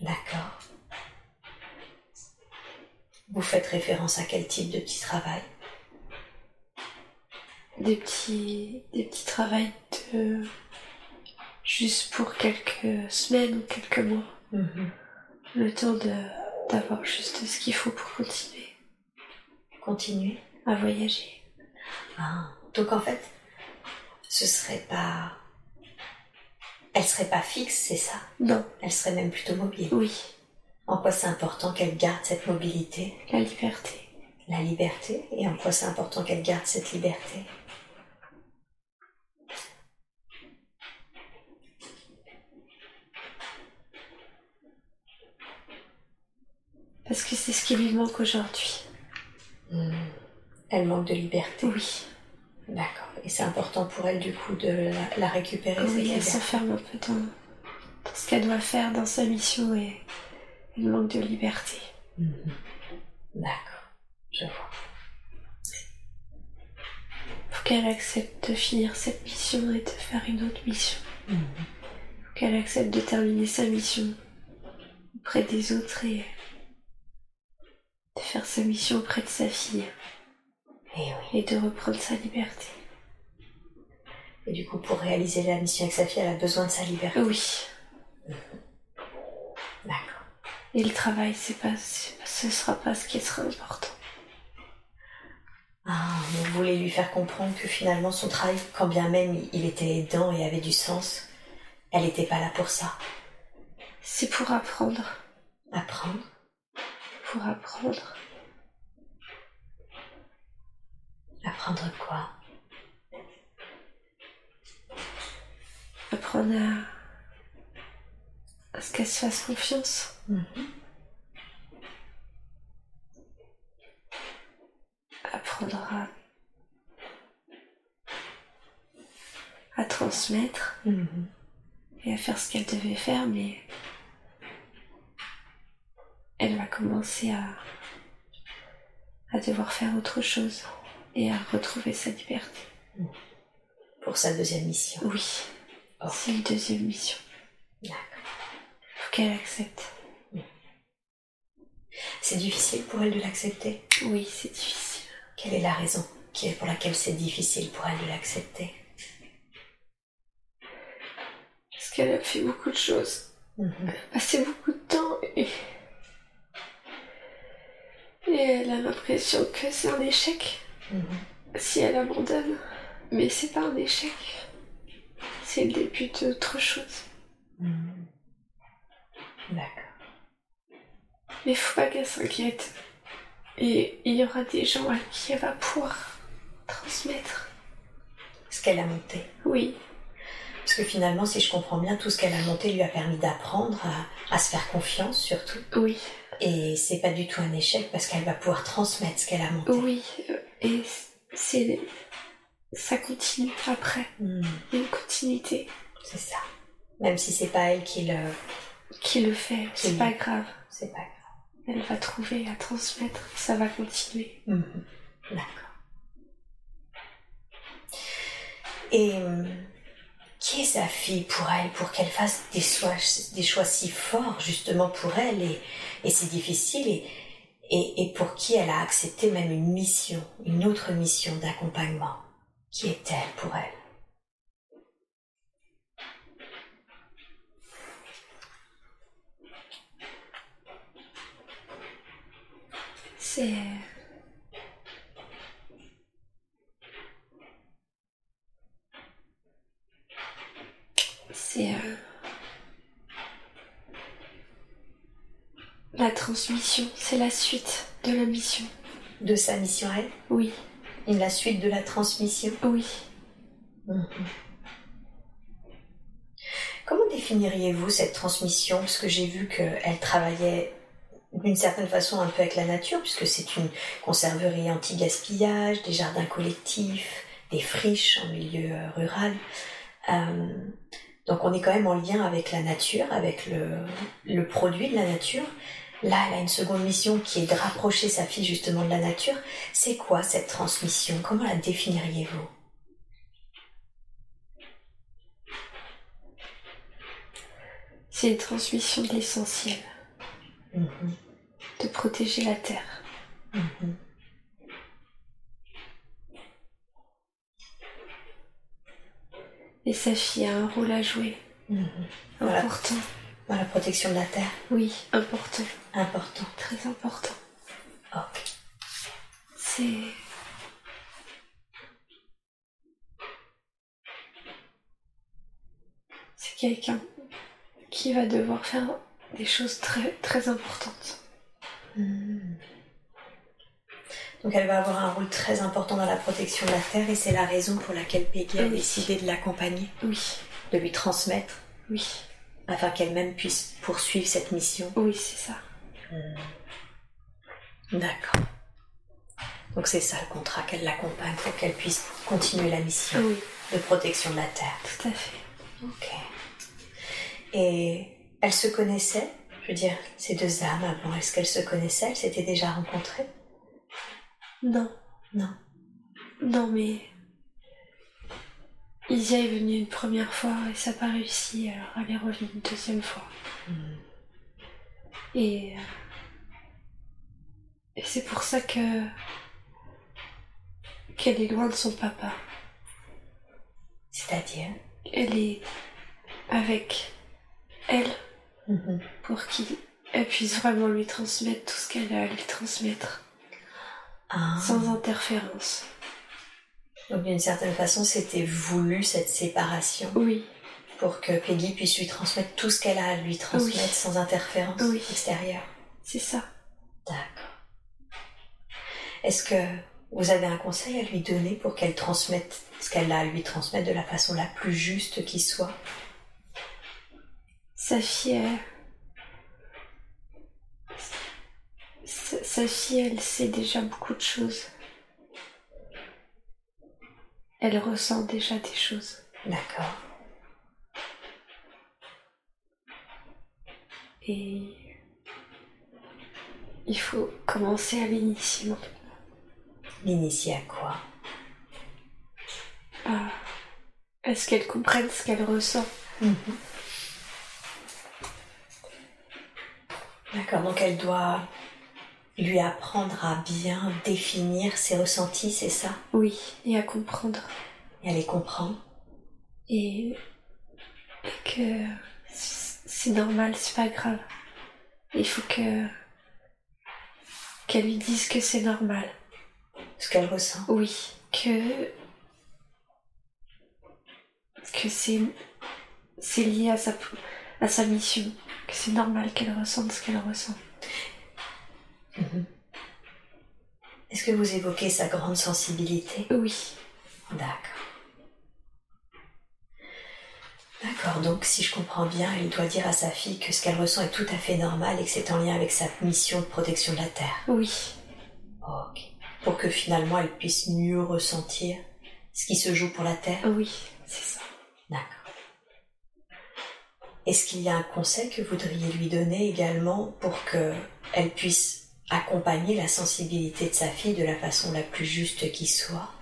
S4: D'accord. Vous faites référence à quel type de petit travail
S3: des petits, des petits travails de juste pour quelques semaines ou quelques mois,
S4: Mhm.
S3: le temps de d'avoir juste ce qu'il faut pour continuer
S4: Continuer.
S3: à voyager.
S4: Ah. Donc en fait, ce serait pas. Elle serait pas fixe, c'est ça
S3: Non,
S4: Elle serait même plutôt mobile.
S3: oui,
S4: En quoi c'est important qu'elle garde cette mobilité,
S3: la liberté.
S4: la liberté Et en quoi c'est important qu'elle garde cette liberté
S3: Parce que c'est ce qui lui manque aujourd'hui.
S4: Hmm. Elle manque de liberté.
S3: Oui,
S4: D'accord. Et c'est important pour elle du coup de la, la récupérer. cette
S3: Ah oui elle
S4: liberté.
S3: s'enferme un peu dans, dans ce qu'elle doit faire, dans sa mission et elle manque de liberté.
S4: Mhm. D'accord. Je vois.
S3: Faut qu'elle accepte de finir cette mission et de faire une autre mission.
S4: Mhm.
S3: Faut qu'elle accepte de terminer sa mission auprès des autres et de faire sa mission auprès de sa fille
S4: Et oui.
S3: et de reprendre sa liberté.
S4: Et du coup, pour réaliser la mission avec sa fille, elle a besoin de sa liberté.
S3: Ah Oui.
S4: D'accord.
S3: Et le travail, c'est pas, c'est pas- ce sera pas ce qui sera important.
S4: Ah, mais vous voulez lui faire comprendre que finalement, son travail, quand bien même il était aidant et avait du sens, elle n'était pas là pour ça.
S3: C'est pour apprendre,
S4: Apprendre.
S3: pour apprendre
S4: Apprendre quoi
S3: apprendre à, à ce qu'elle se fasse confiance.
S4: Mhm.
S3: Apprendre à, à transmettre
S4: Mhm.
S3: et à faire ce qu'elle devait faire, mais elle va commencer à, à devoir faire autre chose et à retrouver sa liberté.
S4: Pour sa deuxième mission.
S3: Oui,
S4: Ok.
S3: c'est une deuxième mission.
S4: D'accord.
S3: Faut qu'elle accepte.
S4: C'est difficile pour elle de l'accepter.
S3: Oui, c'est difficile.
S4: Quelle est la raison qui est pour laquelle c'est difficile pour elle de l'accepter
S3: Parce qu'elle a fait beaucoup de choses,
S4: Mhm.
S3: passé beaucoup de temps et. Et elle a l'impression que c'est un échec
S4: Mhm.
S3: si elle abandonne. Mais c'est pas un échec. C'est le début d'autre chose.
S4: Mhm. D'accord.
S3: Mais faut pas qu'elle s'inquiète. Et il y aura des gens à qui elle va pouvoir transmettre.
S4: Ce qu'elle a monté.
S3: Oui,
S4: Parce que finalement, si je comprends bien, tout ce qu'elle a monté lui a permis d'apprendre à, à se faire confiance surtout.
S3: oui,
S4: Et c'est pas du tout un échec parce qu'elle va pouvoir transmettre ce qu'elle a monté.
S3: oui. Et c'est. Ça continue après.
S4: Hmm,
S3: Il y a une continuité.
S4: c'est ça. Même si c'est pas elle qui le.
S3: qui le fait, c'est
S4: Oui.
S3: pas grave.
S4: C'est pas
S3: Elle va trouver à transmettre, ça va continuer.
S4: Mhm. D'accord. Et euh, qui est sa fille pour elle, pour qu'elle fasse des choix, des choix si forts justement pour elle et, et si difficiles et, et, et pour qui elle a accepté même une mission, une autre mission d'accompagnement Qui est-elle pour elle
S3: C'est. euh, C'est. euh, La transmission, c'est la suite de la mission.
S4: De sa mission à elle
S3: Oui,
S4: Et la suite de la transmission
S3: oui.
S4: Comment définiriez-vous cette transmission Parce que j'ai vu qu'elle travaillait d'une certaine façon un peu avec la nature, puisque c'est une conserverie anti-gaspillage, des jardins collectifs, des friches en milieu euh, rural. Euh, donc on est quand même en lien avec la nature, avec le, le produit de la nature. Là, elle a une seconde mission qui est de rapprocher sa fille justement de la nature. C'est quoi cette transmission Comment la définiriez-vous
S3: C'est une transmission de l'essentiel,
S4: Mhm,
S3: de protéger la terre.
S4: mhm.
S3: Et sa fille a un rôle à jouer.
S4: Mhm. Voilà.
S3: Important.
S4: Dans la protection de la terre,
S3: Oui, important.
S4: important.
S3: Très important.
S4: Ok.
S3: C'est. C'est quelqu'un qui va devoir faire des choses très très importantes.
S4: Hmm. Donc elle va avoir un rôle très important dans la protection de la Terre et c'est la raison pour laquelle Peggy a
S3: Oui.
S4: décidé de l'accompagner,
S3: Oui,
S4: de lui transmettre,
S3: oui,
S4: afin qu'elle-même puisse poursuivre cette mission.
S3: oui, c'est ça.
S4: D'accord. Donc c'est ça le contrat, qu'elle l'accompagne pour qu'elle puisse continuer la mission
S3: Oui,
S4: de protection de la Terre.
S3: tout à fait.
S4: Ok. Et elles se connaissaient Je veux dire, ces deux âmes avant, est-ce qu'elles se connaissaient Elles s'étaient déjà rencontrées
S3: Non,
S4: Non.
S3: non, mais. Isia est venue une première fois et ça n'a pas réussi, alors elle est revenue une deuxième fois.
S4: Hmm.
S3: Et, euh, et c'est pour ça que qu'elle est loin de son papa.
S4: C'est-à-dire
S3: Elle est avec elle
S4: Mhm.
S3: pour qu'elle puisse vraiment lui transmettre tout ce qu'elle a à lui transmettre
S4: Ah.
S3: sans interférence.
S4: Donc d'une certaine façon, c'était voulu cette séparation
S3: Oui,
S4: pour que Peggy puisse lui transmettre tout ce qu'elle a à lui transmettre
S3: Oui.
S4: sans interférence
S3: Oui.
S4: extérieure.
S3: c'est ça.
S4: D'accord. Est-ce que vous avez un conseil à lui donner pour qu'elle transmette ce qu'elle a à lui transmettre de la façon la plus juste qui soit
S3: Sa fille, elle... Sa sa fille, elle sait déjà beaucoup de choses. Elle ressent déjà des choses.
S4: D'accord.
S3: Et il faut commencer à l'initier maintenant.
S4: L'initier à quoi
S3: à- à ce qu'elle comprenne ce qu'elle ressent.
S4: D'accord, donc elle doit lui apprendre à bien définir ses ressentis, c'est ça
S3: Oui, et à comprendre.
S4: Et à les comprendre
S3: Et, et que c- c'est normal, c'est pas grave. Il faut que qu'elle lui dise que c'est normal.
S4: ce qu'elle ressent.
S3: Oui, que que c'est c'est lié à sa à sa mission, que c'est normal qu'elle ressente ce qu'elle ressent.
S4: Est-ce que vous évoquez sa grande sensibilité
S3: Oui,
S4: D'accord. D'accord, donc si je comprends bien, elle doit dire à sa fille que ce qu'elle ressent est tout à fait normal et que c'est en lien avec sa mission de protection de la Terre.
S3: oui,
S4: Ok. Pour que finalement elle puisse mieux ressentir ce qui se joue pour la Terre.
S3: oui, c'est ça.
S4: D'accord. Est-ce qu'il y a un conseil que vous voudriez lui donner également pour que elle puisse accompagner la sensibilité de sa fille de la façon la plus juste qui soit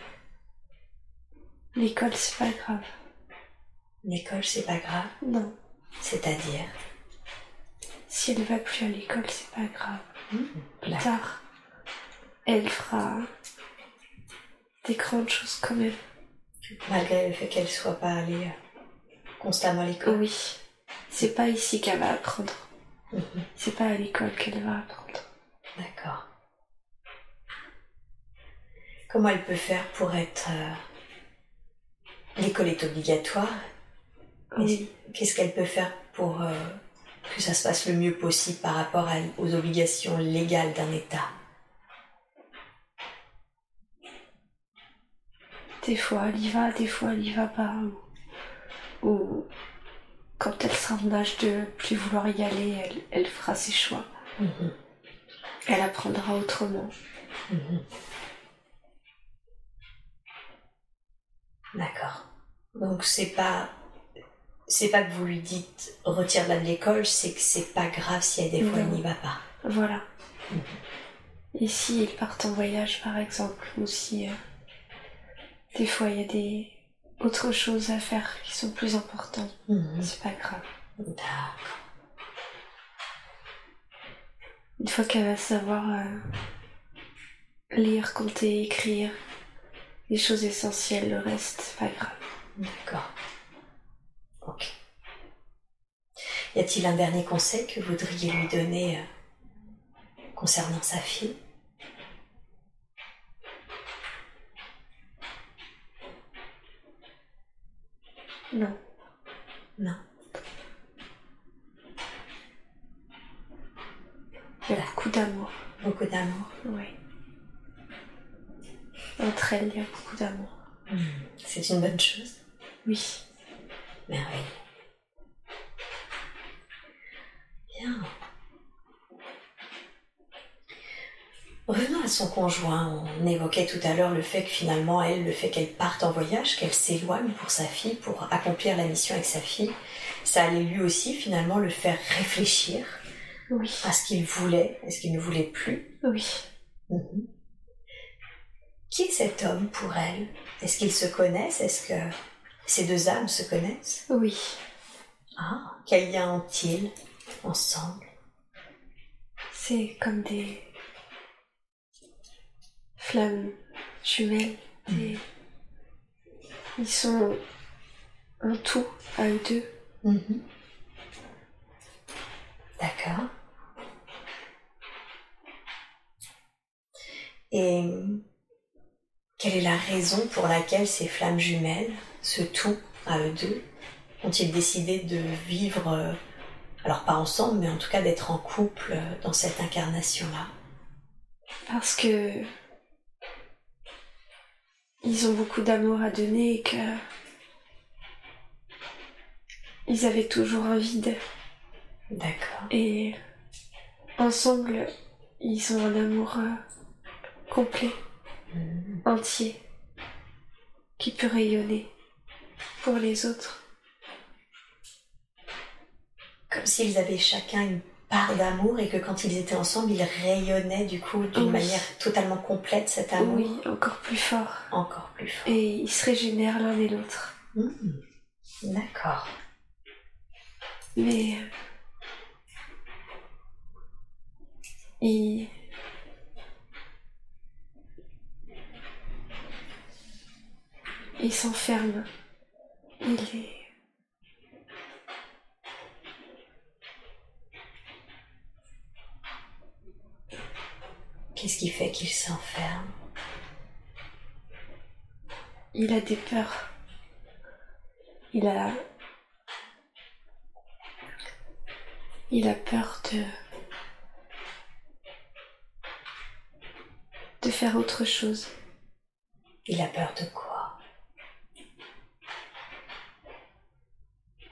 S3: L'école, c'est pas grave.
S4: L'école, c'est pas grave,
S3: Non,
S4: c'est-à-dire
S3: si elle va plus à l'école, c'est pas grave. Plus
S4: D'accord.
S3: tard, elle fera des grandes choses quand même.
S4: malgré le fait qu'elle soit pas allée euh, constamment à l'école.
S3: Oui, c'est pas ici qu'elle va apprendre.
S4: Mhm.
S3: C'est pas à l'école qu'elle va apprendre.
S4: D'accord. Comment elle peut faire pour être... euh, L'école est obligatoire,
S3: Oui.
S4: Qu'est-ce qu'elle peut faire pour euh, que ça se passe le mieux possible par rapport à- aux obligations légales d'un État
S3: Des fois elle y va, des fois elle y va pas. Ou, ou quand elle sera en âge de plus vouloir y aller, elle, elle fera ses choix. Elle apprendra autrement.
S4: D'accord. Donc c'est pas c'est pas que vous lui dites retire-la de l'école, c'est que c'est pas grave si elle des fois elle n'y va pas.
S3: Voilà. Et si ils partent en voyage par exemple, ou si euh, des fois il y a des autres choses à faire qui sont plus importantes,
S4: Mhm.
S3: c'est pas grave.
S4: Mmh. D'accord.
S3: Une fois qu'elle va savoir euh, lire, compter, écrire, les choses essentielles, le reste, c'est pas grave.
S4: D'accord. Ok. Y a-t-il un dernier conseil que vous voudriez lui donner euh, concernant sa fille
S3: Non.
S4: Non.
S3: Il y a beaucoup d'amour.
S4: Beaucoup d'amour.
S3: Oui. Entre elles, il y a beaucoup d'amour.
S4: Hmm, C'est une bonne chose.
S3: Oui.
S4: Merveilleux. Bien. Revenons à son conjoint. On évoquait tout à l'heure le fait que finalement, elle, le fait qu'elle parte en voyage, qu'elle s'éloigne pour sa fille, pour accomplir la mission avec sa fille, ça allait lui aussi finalement le faire réfléchir
S3: Oui.
S4: à ce qu'il voulait et ce qu'il ne voulait plus.
S3: Oui.
S4: Mhm. Qui est cet homme pour elle Est-ce qu'ils se connaissent Est-ce que ces deux âmes se connaissent
S3: Oui.
S4: Ah, quel lien ont-ils ensemble
S3: C'est comme des flammes jumelles. des- Ils sont un tout à eux deux.
S4: Mhm. D'accord. Et quelle est la raison pour laquelle ces flammes jumelles, ce tout à eux deux, ont-ils décidé de vivre, euh, alors pas ensemble, mais en tout cas d'être en couple euh, dans cette incarnation-là
S3: Parce que ils ont beaucoup d'amour à donner et que ils avaient toujours un vide.
S4: D'accord.
S3: Et ensemble, ils ont un amour euh, complet,
S4: Mhm.
S3: entier, qui peut rayonner pour les autres.
S4: Comme s'ils avaient chacun une part d'amour et que quand ils étaient ensemble, ils rayonnaient du coup d'une
S3: Oui.
S4: manière totalement complète cet amour.
S3: Oui, encore plus fort.
S4: Encore plus fort.
S3: Et ils se régénèrent l'un et l'autre.
S4: Mhm. D'accord.
S3: Mais euh, ils ils s'enferment. Il est
S4: Qu'est-ce qui fait qu'ils s'enferment
S3: il a des peurs. Il a il a peur de de faire autre chose.
S4: Il a peur de quoi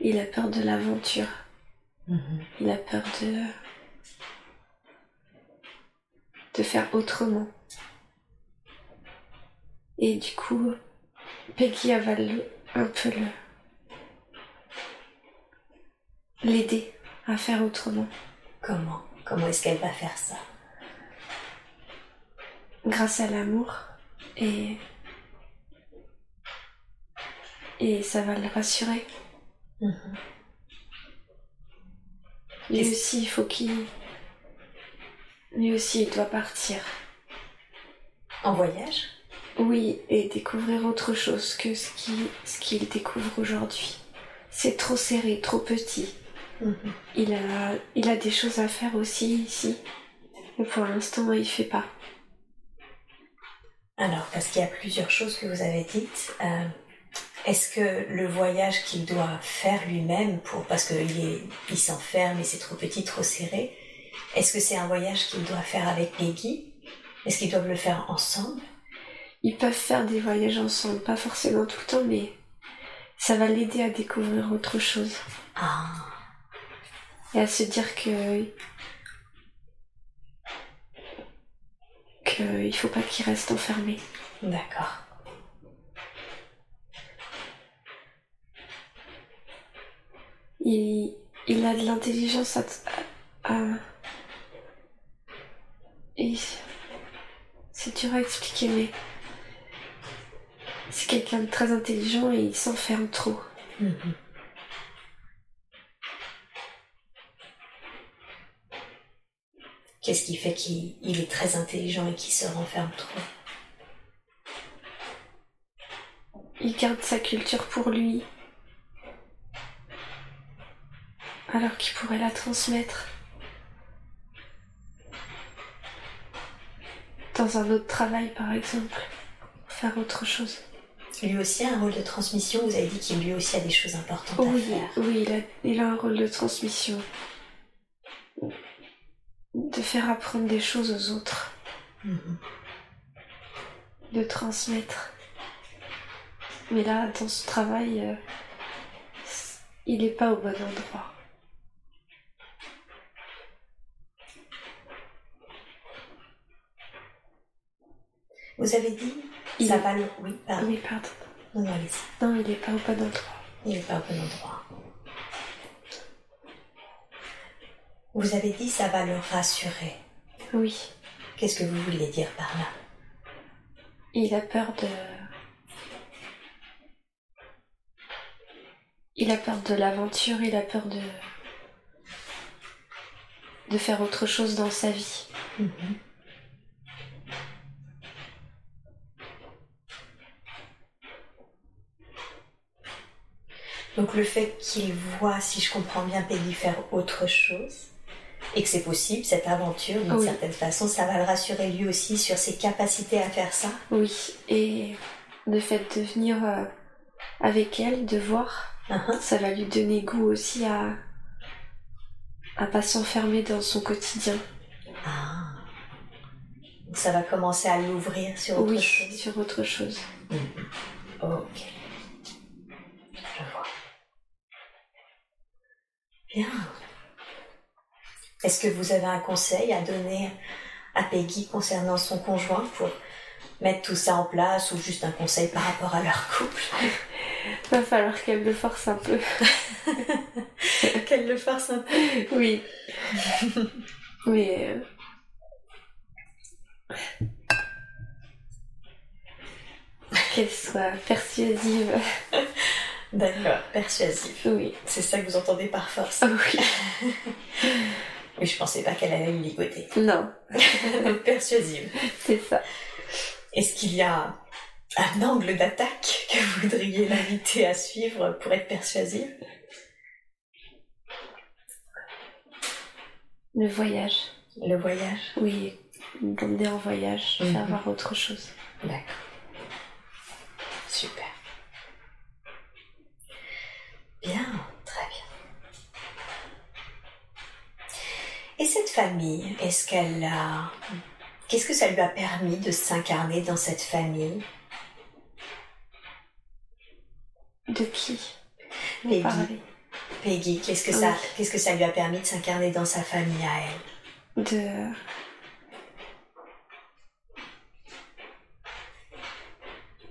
S3: Il a peur de l'aventure. Il a peur de. de faire autrement. Et du coup, Peggy avale un peu le. l'aider à faire autrement.
S4: Comment Comment est-ce qu'elle va faire ça
S3: Grâce à l'amour et. et ça va le rassurer.
S4: Mhm.
S3: Lui aussi, il faut qu'il. lui aussi, il doit partir.
S4: En voyage
S3: Oui, et découvrir autre chose que ce qu'il ce qu'il découvre aujourd'hui. C'est trop serré, trop petit.
S4: Mhm.
S3: Il a, il a des choses à faire aussi ici. Mais pour l'instant, il fait pas.
S4: Alors, parce qu'il y a plusieurs choses que vous avez dites. euh, est-ce que le voyage qu'il doit faire lui-même, pour parce qu'il est- il s'enferme et c'est trop petit, trop serré, est-ce que c'est un voyage qu'il doit faire avec Peggy Est-ce qu'ils doivent le faire ensemble
S3: Ils peuvent faire des voyages ensemble, pas forcément tout le temps, mais ça va l'aider à découvrir autre chose
S4: Ah,
S3: et à se dire que qu'il faut pas qu'il reste enfermé.
S4: d'accord.
S3: Il, il a de l'intelligence à, à- à- Et c'est dur à expliquer, mais c'est quelqu'un de très intelligent et il s'enferme trop.
S4: Mhm. Qu'est-ce qui fait qu'il il est très intelligent et qu'il se renferme trop
S3: Il garde sa culture pour lui. alors qu'il pourrait la transmettre dans un autre travail par exemple, faire autre chose.
S4: Lui aussi a un rôle de transmission, vous avez dit qu'il lui aussi a des choses importantes à
S3: oui,
S4: faire.
S3: oui il, a, il a un rôle de transmission, de faire apprendre des choses aux autres,
S4: Mhm.
S3: de transmettre. Mais là, dans ce travail, euh, c- il n'est pas au bon endroit.
S4: Vous avez dit
S3: Il-
S4: Ça va le... Oui, pardon.
S3: Oui, pardon.
S4: Non, non, allez-y.
S3: Non, il n'est pas au bon endroit.
S4: Il n'est pas au bon endroit. Vous avez dit ça va le rassurer.
S3: Oui,
S4: Qu'est-ce que vous vouliez dire par là
S3: il a peur de. Il a peur de l'aventure, il a peur de. de faire autre chose dans sa vie.
S4: Mhm. Donc le fait qu'il voit, si je comprends bien, Peggy faire autre chose, et que c'est possible, cette aventure, d'une
S3: Oui.
S4: certaine façon, ça va le rassurer lui aussi sur ses capacités à faire ça.
S3: Oui, et le fait de venir euh, avec elle, de voir,
S4: Uhum.
S3: ça va lui donner goût aussi à. à pas s'enfermer dans son quotidien.
S4: Ah. Donc ça va commencer à l'ouvrir sur autre
S3: oui,
S4: chose.
S3: sur autre chose.
S4: Ok. Je vois. Bien. Est-ce que vous avez un conseil à donner à Peggy concernant son conjoint pour mettre tout ça en place ou juste un conseil par rapport à leur couple
S3: Va falloir qu'elle le force un peu.
S4: Qu'elle le fasse un peu.
S3: Oui. Mais. euh, Qu'elle soit persuasive.
S4: D'accord, persuasive.
S3: Oui.
S4: C'est ça que vous entendez par force.
S3: Ah oui.
S4: Mais je pensais pas qu'elle allait le ligoter.
S3: Non,
S4: Donc, persuasive.
S3: c'est ça.
S4: Est-ce qu'il y a un angle d'attaque que vous voudriez l'inviter à suivre pour être persuasive
S3: Le voyage.
S4: Le voyage.
S3: Oui. L'emmener en voyage,
S4: Mhm.
S3: faire voir autre chose.
S4: D'accord. Super. Bien, très bien. Et cette famille, est-ce qu'elle a... Qu'est-ce que ça lui a permis de s'incarner dans cette famille
S3: De qui vous
S4: Peggy.
S3: parlez
S4: Peggy, qu'est-ce que, ça,
S3: Ah Oui.
S4: qu'est-ce que ça lui a permis de s'incarner dans sa famille à elle
S3: De.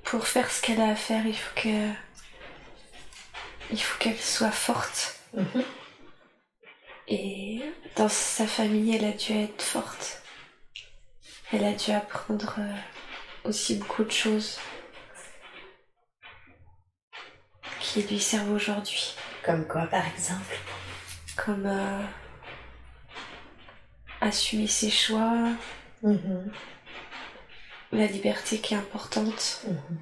S3: Pour faire ce qu'elle a à faire, il faut que. Il faut qu'elle soit forte.
S4: Mhm.
S3: Et dans sa famille, elle a dû être forte. Elle a dû apprendre euh, aussi beaucoup de choses qui lui servent aujourd'hui,
S4: Comme quoi, par exemple
S3: comme euh, assumer ses choix, Mm-hmm.
S4: Mhm.
S3: la liberté qui est importante,
S4: Mhm.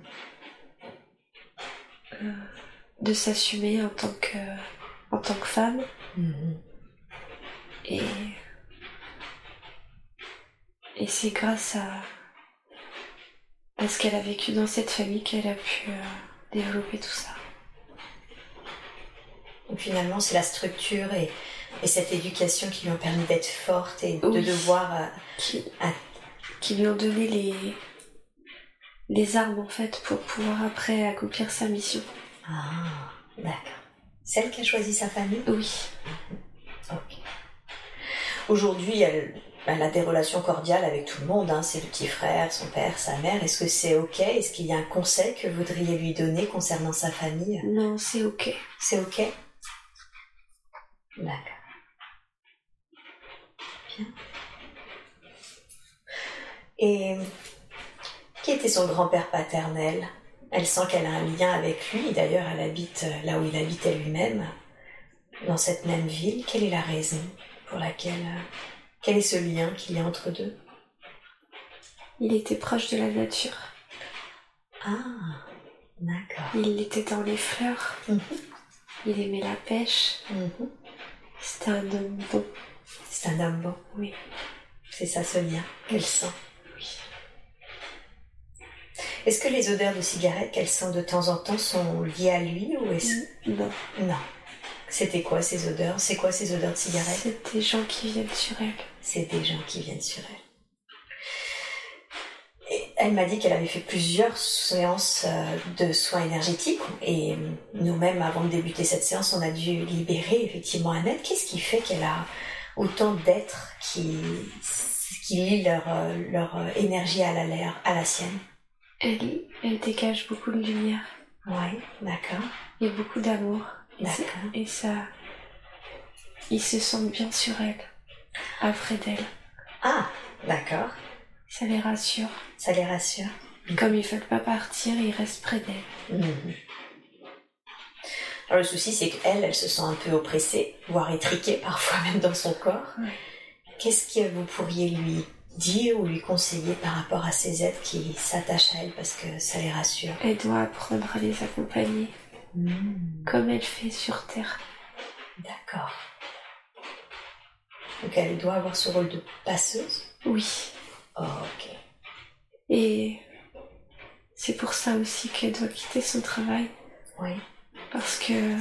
S3: euh, de s'assumer en tant que en tant que femme
S4: Mhm.
S3: et et c'est grâce à à ce qu'elle a vécu dans cette famille qu'elle a pu euh, développer tout ça.
S4: Donc finalement, c'est la structure et, et cette éducation qui lui ont permis d'être forte et
S3: Oui.
S4: de devoir... euh,
S3: qui,
S4: Ah.
S3: qui lui ont donné les, les armes en fait pour pouvoir après accomplir sa mission.
S4: Ah, d'accord. Celle qui a choisi sa famille
S3: Oui,
S4: Ok. Aujourd'hui, elle, elle a des relations cordiales avec tout le monde, hein, ses petits frères, son père, sa mère. Est-ce que c'est ok Est-ce qu'il y a un conseil que vous voudriez lui donner concernant sa famille
S3: non, c'est ok.
S4: C'est ok D'accord. Bien. Et qui était son grand-père paternel Elle sent qu'elle a un lien avec lui. D'ailleurs, elle habite euh, là où il habitait lui-même, dans cette même ville. Quelle est la raison pour laquelle... euh, Quel est ce lien qu'il y a entre deux
S3: Il était proche de la nature.
S4: Ah, d'accord.
S3: Il était dans les fleurs.
S4: Mhm.
S3: Il aimait la pêche.
S4: Mhm.
S3: C'était un homme bon.
S4: C'est un homme bon, oui. C'est ça, Sonia, qu'elle sent. Est-ce que les odeurs de cigarettes qu'elle sent de temps en temps sont liées à lui ou est-ce...
S3: Non,
S4: Non. C'était quoi ces odeurs C'est quoi ces odeurs de cigarettes
S3: c'est des gens qui viennent sur elle.
S4: C'est des gens qui viennent sur elle. Et elle m'a dit qu'elle avait fait plusieurs séances euh, de soins énergétiques et euh, nous-mêmes, avant de débuter cette séance, on a dû libérer effectivement Annette. Qu'est-ce qui fait qu'elle a autant d'êtres qui, qui lient leur, euh, leur euh, énergie à la, leur- à la sienne
S3: Elle, elle dégage beaucoup de lumière
S4: Oui, d'accord.
S3: et beaucoup d'amour. Et c'est-
S4: D'accord.
S3: Et ça. Ils se sentent bien sur elle, après d'elle.
S4: Ah, d'accord.
S3: Ça les rassure.
S4: Ça les rassure.
S3: Comme ils veulent pas partir, ils restent près d'elle.
S4: Mhm. Alors, le souci, c'est qu'elle, elle se sent un peu oppressée, voire étriquée parfois même dans son corps.
S3: Ouais.
S4: Qu'est-ce que vous pourriez lui dire ou lui conseiller par rapport à ces êtres qui s'attachent à elle parce que ça les rassure
S3: Elle doit apprendre à les accompagner, comme elle fait sur Terre.
S4: D'accord. Donc elle doit avoir ce rôle de passeuse.
S3: Oui.
S4: Oh, ok.
S3: Et c'est pour ça aussi qu'elle doit quitter son travail.
S4: Oui.
S3: Parce que.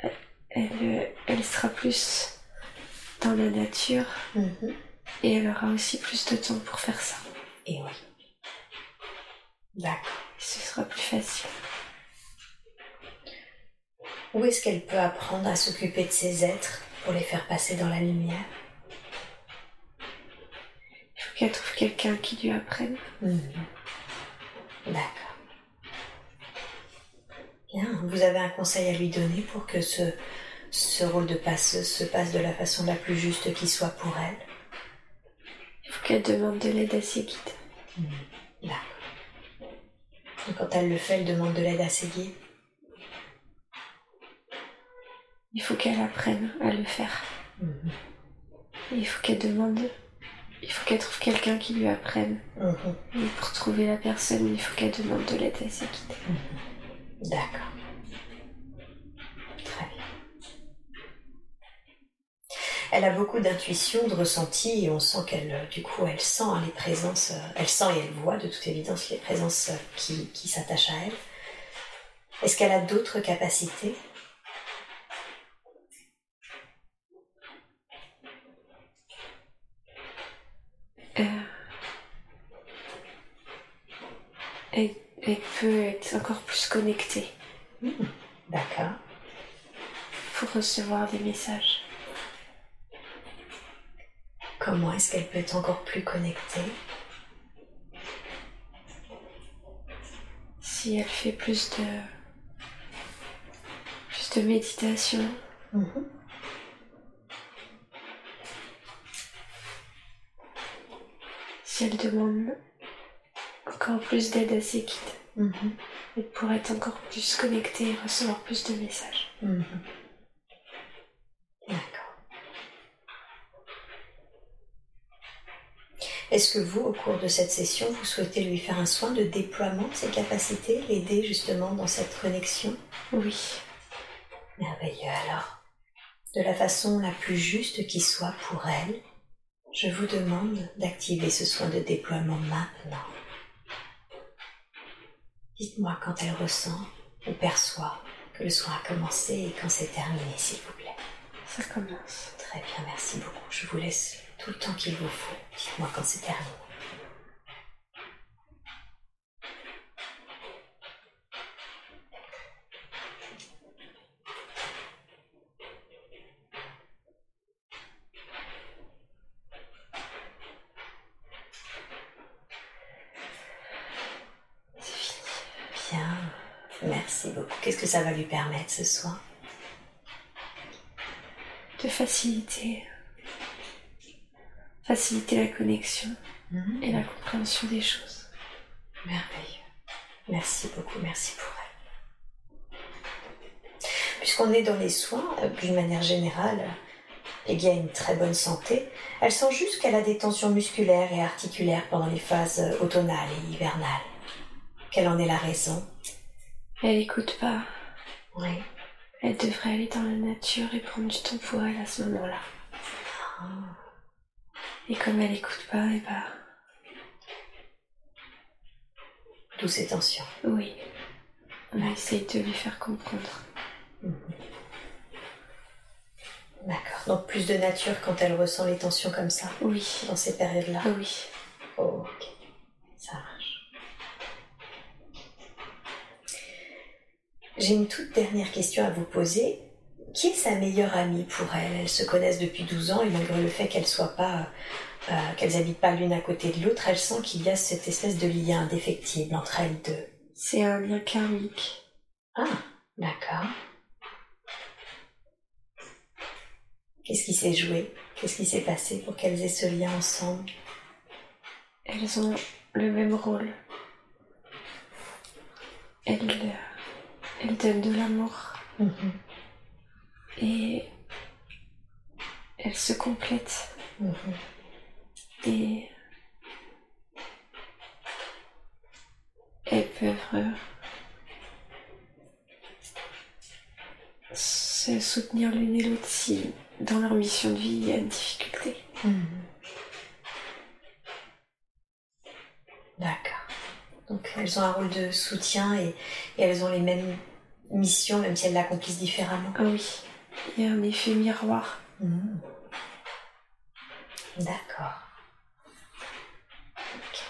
S3: elle- Elle, elle sera plus dans la nature
S4: Mhm.
S3: et elle aura aussi plus de temps pour faire ça.
S4: Et oui. D'accord.
S3: Ce sera plus facile.
S4: Où est-ce qu'elle peut apprendre à s'occuper de ces êtres pour les faire passer dans la lumière
S3: Il faut qu'elle trouve quelqu'un qui lui apprenne.
S4: Mhm. D'accord. Bien, vous avez un conseil à lui donner pour que ce, ce rôle de passeuse se passe de la façon la plus juste qui soit pour elle
S3: Il faut qu'elle demande de l'aide à ses guides.
S4: D'accord. Et quand elle le fait, elle demande de l'aide à ses guides
S3: Il faut qu'elle apprenne à le faire. Et Il faut qu'elle demande. Il faut qu'elle trouve quelqu'un qui lui apprenne.
S4: Mhm.
S3: Et pour trouver la personne, il faut qu'elle demande de l'aide à ses guides.
S4: D'accord. Très bien. Elle a beaucoup d'intuition, de ressenti, et on sent qu'elle, euh, du coup, elle sent hein, les présences, euh, elle sent et elle voit de toute évidence les présences euh, qui, qui s'attachent à elle. Est-ce qu'elle a d'autres capacités
S3: Euh, Elle, elle peut être encore plus connectée
S4: D'accord.
S3: pour recevoir des messages.
S4: Comment est-ce qu'elle peut être encore plus connectée
S3: Si elle fait plus de. plus de méditation,
S4: Mhm.
S3: si elle demande encore plus d'aide à ses guides,
S4: Mhm.
S3: elle pourrait être encore plus connectée et recevoir plus de messages.
S4: Mhm. D'accord. Est-ce que vous, au cours de cette session, vous souhaitez lui faire un soin de déploiement de ses capacités, l'aider justement dans cette connexion
S3: Oui,
S4: Merveilleux alors. De la façon la plus juste qui soit pour elle, je vous demande d'activer ce soin de déploiement maintenant. Dites-moi quand elle ressent ou perçoit que le soin a commencé et quand c'est terminé, s'il vous plaît.
S3: ça commence.
S4: Très bien, merci beaucoup. Je vous laisse tout le temps qu'il vous faut. Dites-moi quand c'est terminé. Bien, Merci beaucoup. Qu'est-ce que ça va lui permettre ce soir
S3: de faciliter, faciliter la connexion et la compréhension des choses.
S4: Merveilleux. Merci beaucoup, merci pour elle. Puisqu'on est dans les soins, euh, d'une manière générale, euh, Peggy a une très bonne santé. Elle sent juste qu'elle a des tensions musculaires et articulaires pendant les phases euh, automnales et hivernales. Quelle en est la raison
S3: Elle n'écoute pas,
S4: Oui.
S3: Elle devrait aller dans la nature et prendre du temps pour elle à ce moment-là. Et comme elle écoute pas, et bah
S4: D'où ces tensions.
S3: oui. On va essayer de lui faire comprendre.
S4: D'accord. Donc plus de nature quand elle ressent les tensions comme ça,
S3: Oui. Ah
S4: dans ces périodes-là.
S3: Oui.
S4: Ok. Ça marche. J'ai une toute dernière question à vous poser. Qui est sa meilleure amie pour elle Elles se connaissent depuis 12 ans et malgré le fait qu'elles soient pas, euh, qu'elles habitent pas l'une à côté de l'autre, elle sent qu'il y a cette espèce de lien indéfectible entre elles deux.
S3: C'est un lien karmique.
S4: D'accord. Qu'est-ce qui s'est joué Qu'est-ce qui s'est passé pour qu'elles aient ce lien ensemble
S3: Elles ont le même rôle. Elles, euh, elles donnent de l'amour et elles se complètent
S4: Mhm.
S3: et elles peuvent euh, se soutenir l'une et l'autre si dans leur mission de vie il y a une difficulté.
S4: Mhm. D'accord. Donc elles ont un rôle de soutien et, et elles ont les mêmes missions, même si elles l'accomplissent différemment.
S3: Ah oui, il y a un effet miroir.
S4: Mhm. D'accord. Ok.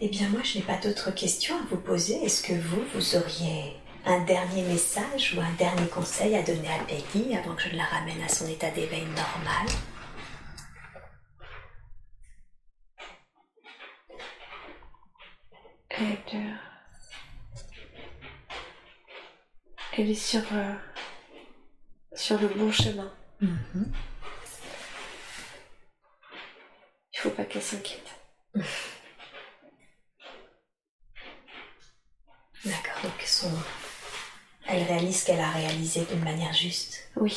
S4: Eh bien, moi, je n'ai pas d'autres questions à vous poser. Est-ce que vous, vous auriez un dernier message ou un dernier conseil à donner à Peggy avant que je ne la ramène à son état d'éveil normal
S3: Elle, euh, elle est sur, euh, sur le bon chemin. Il faut pas qu'elle s'inquiète.
S4: D'accord, donc son... elle réalise ce qu'elle a réalisé d'une manière juste.
S3: Oui.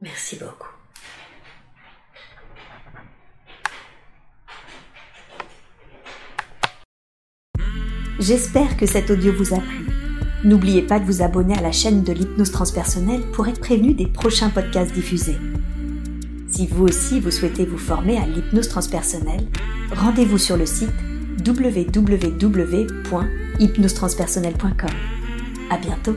S4: Merci beaucoup.
S2: J'espère que cet audio vous a plu. N'oubliez pas de vous abonner à la chaîne de l'hypnose transpersonnelle pour être prévenu des prochains podcasts diffusés. Si vous aussi vous souhaitez vous former à l'hypnose transpersonnelle, rendez-vous sur le site www.hypnosetranspersonnelle.com. À bientôt.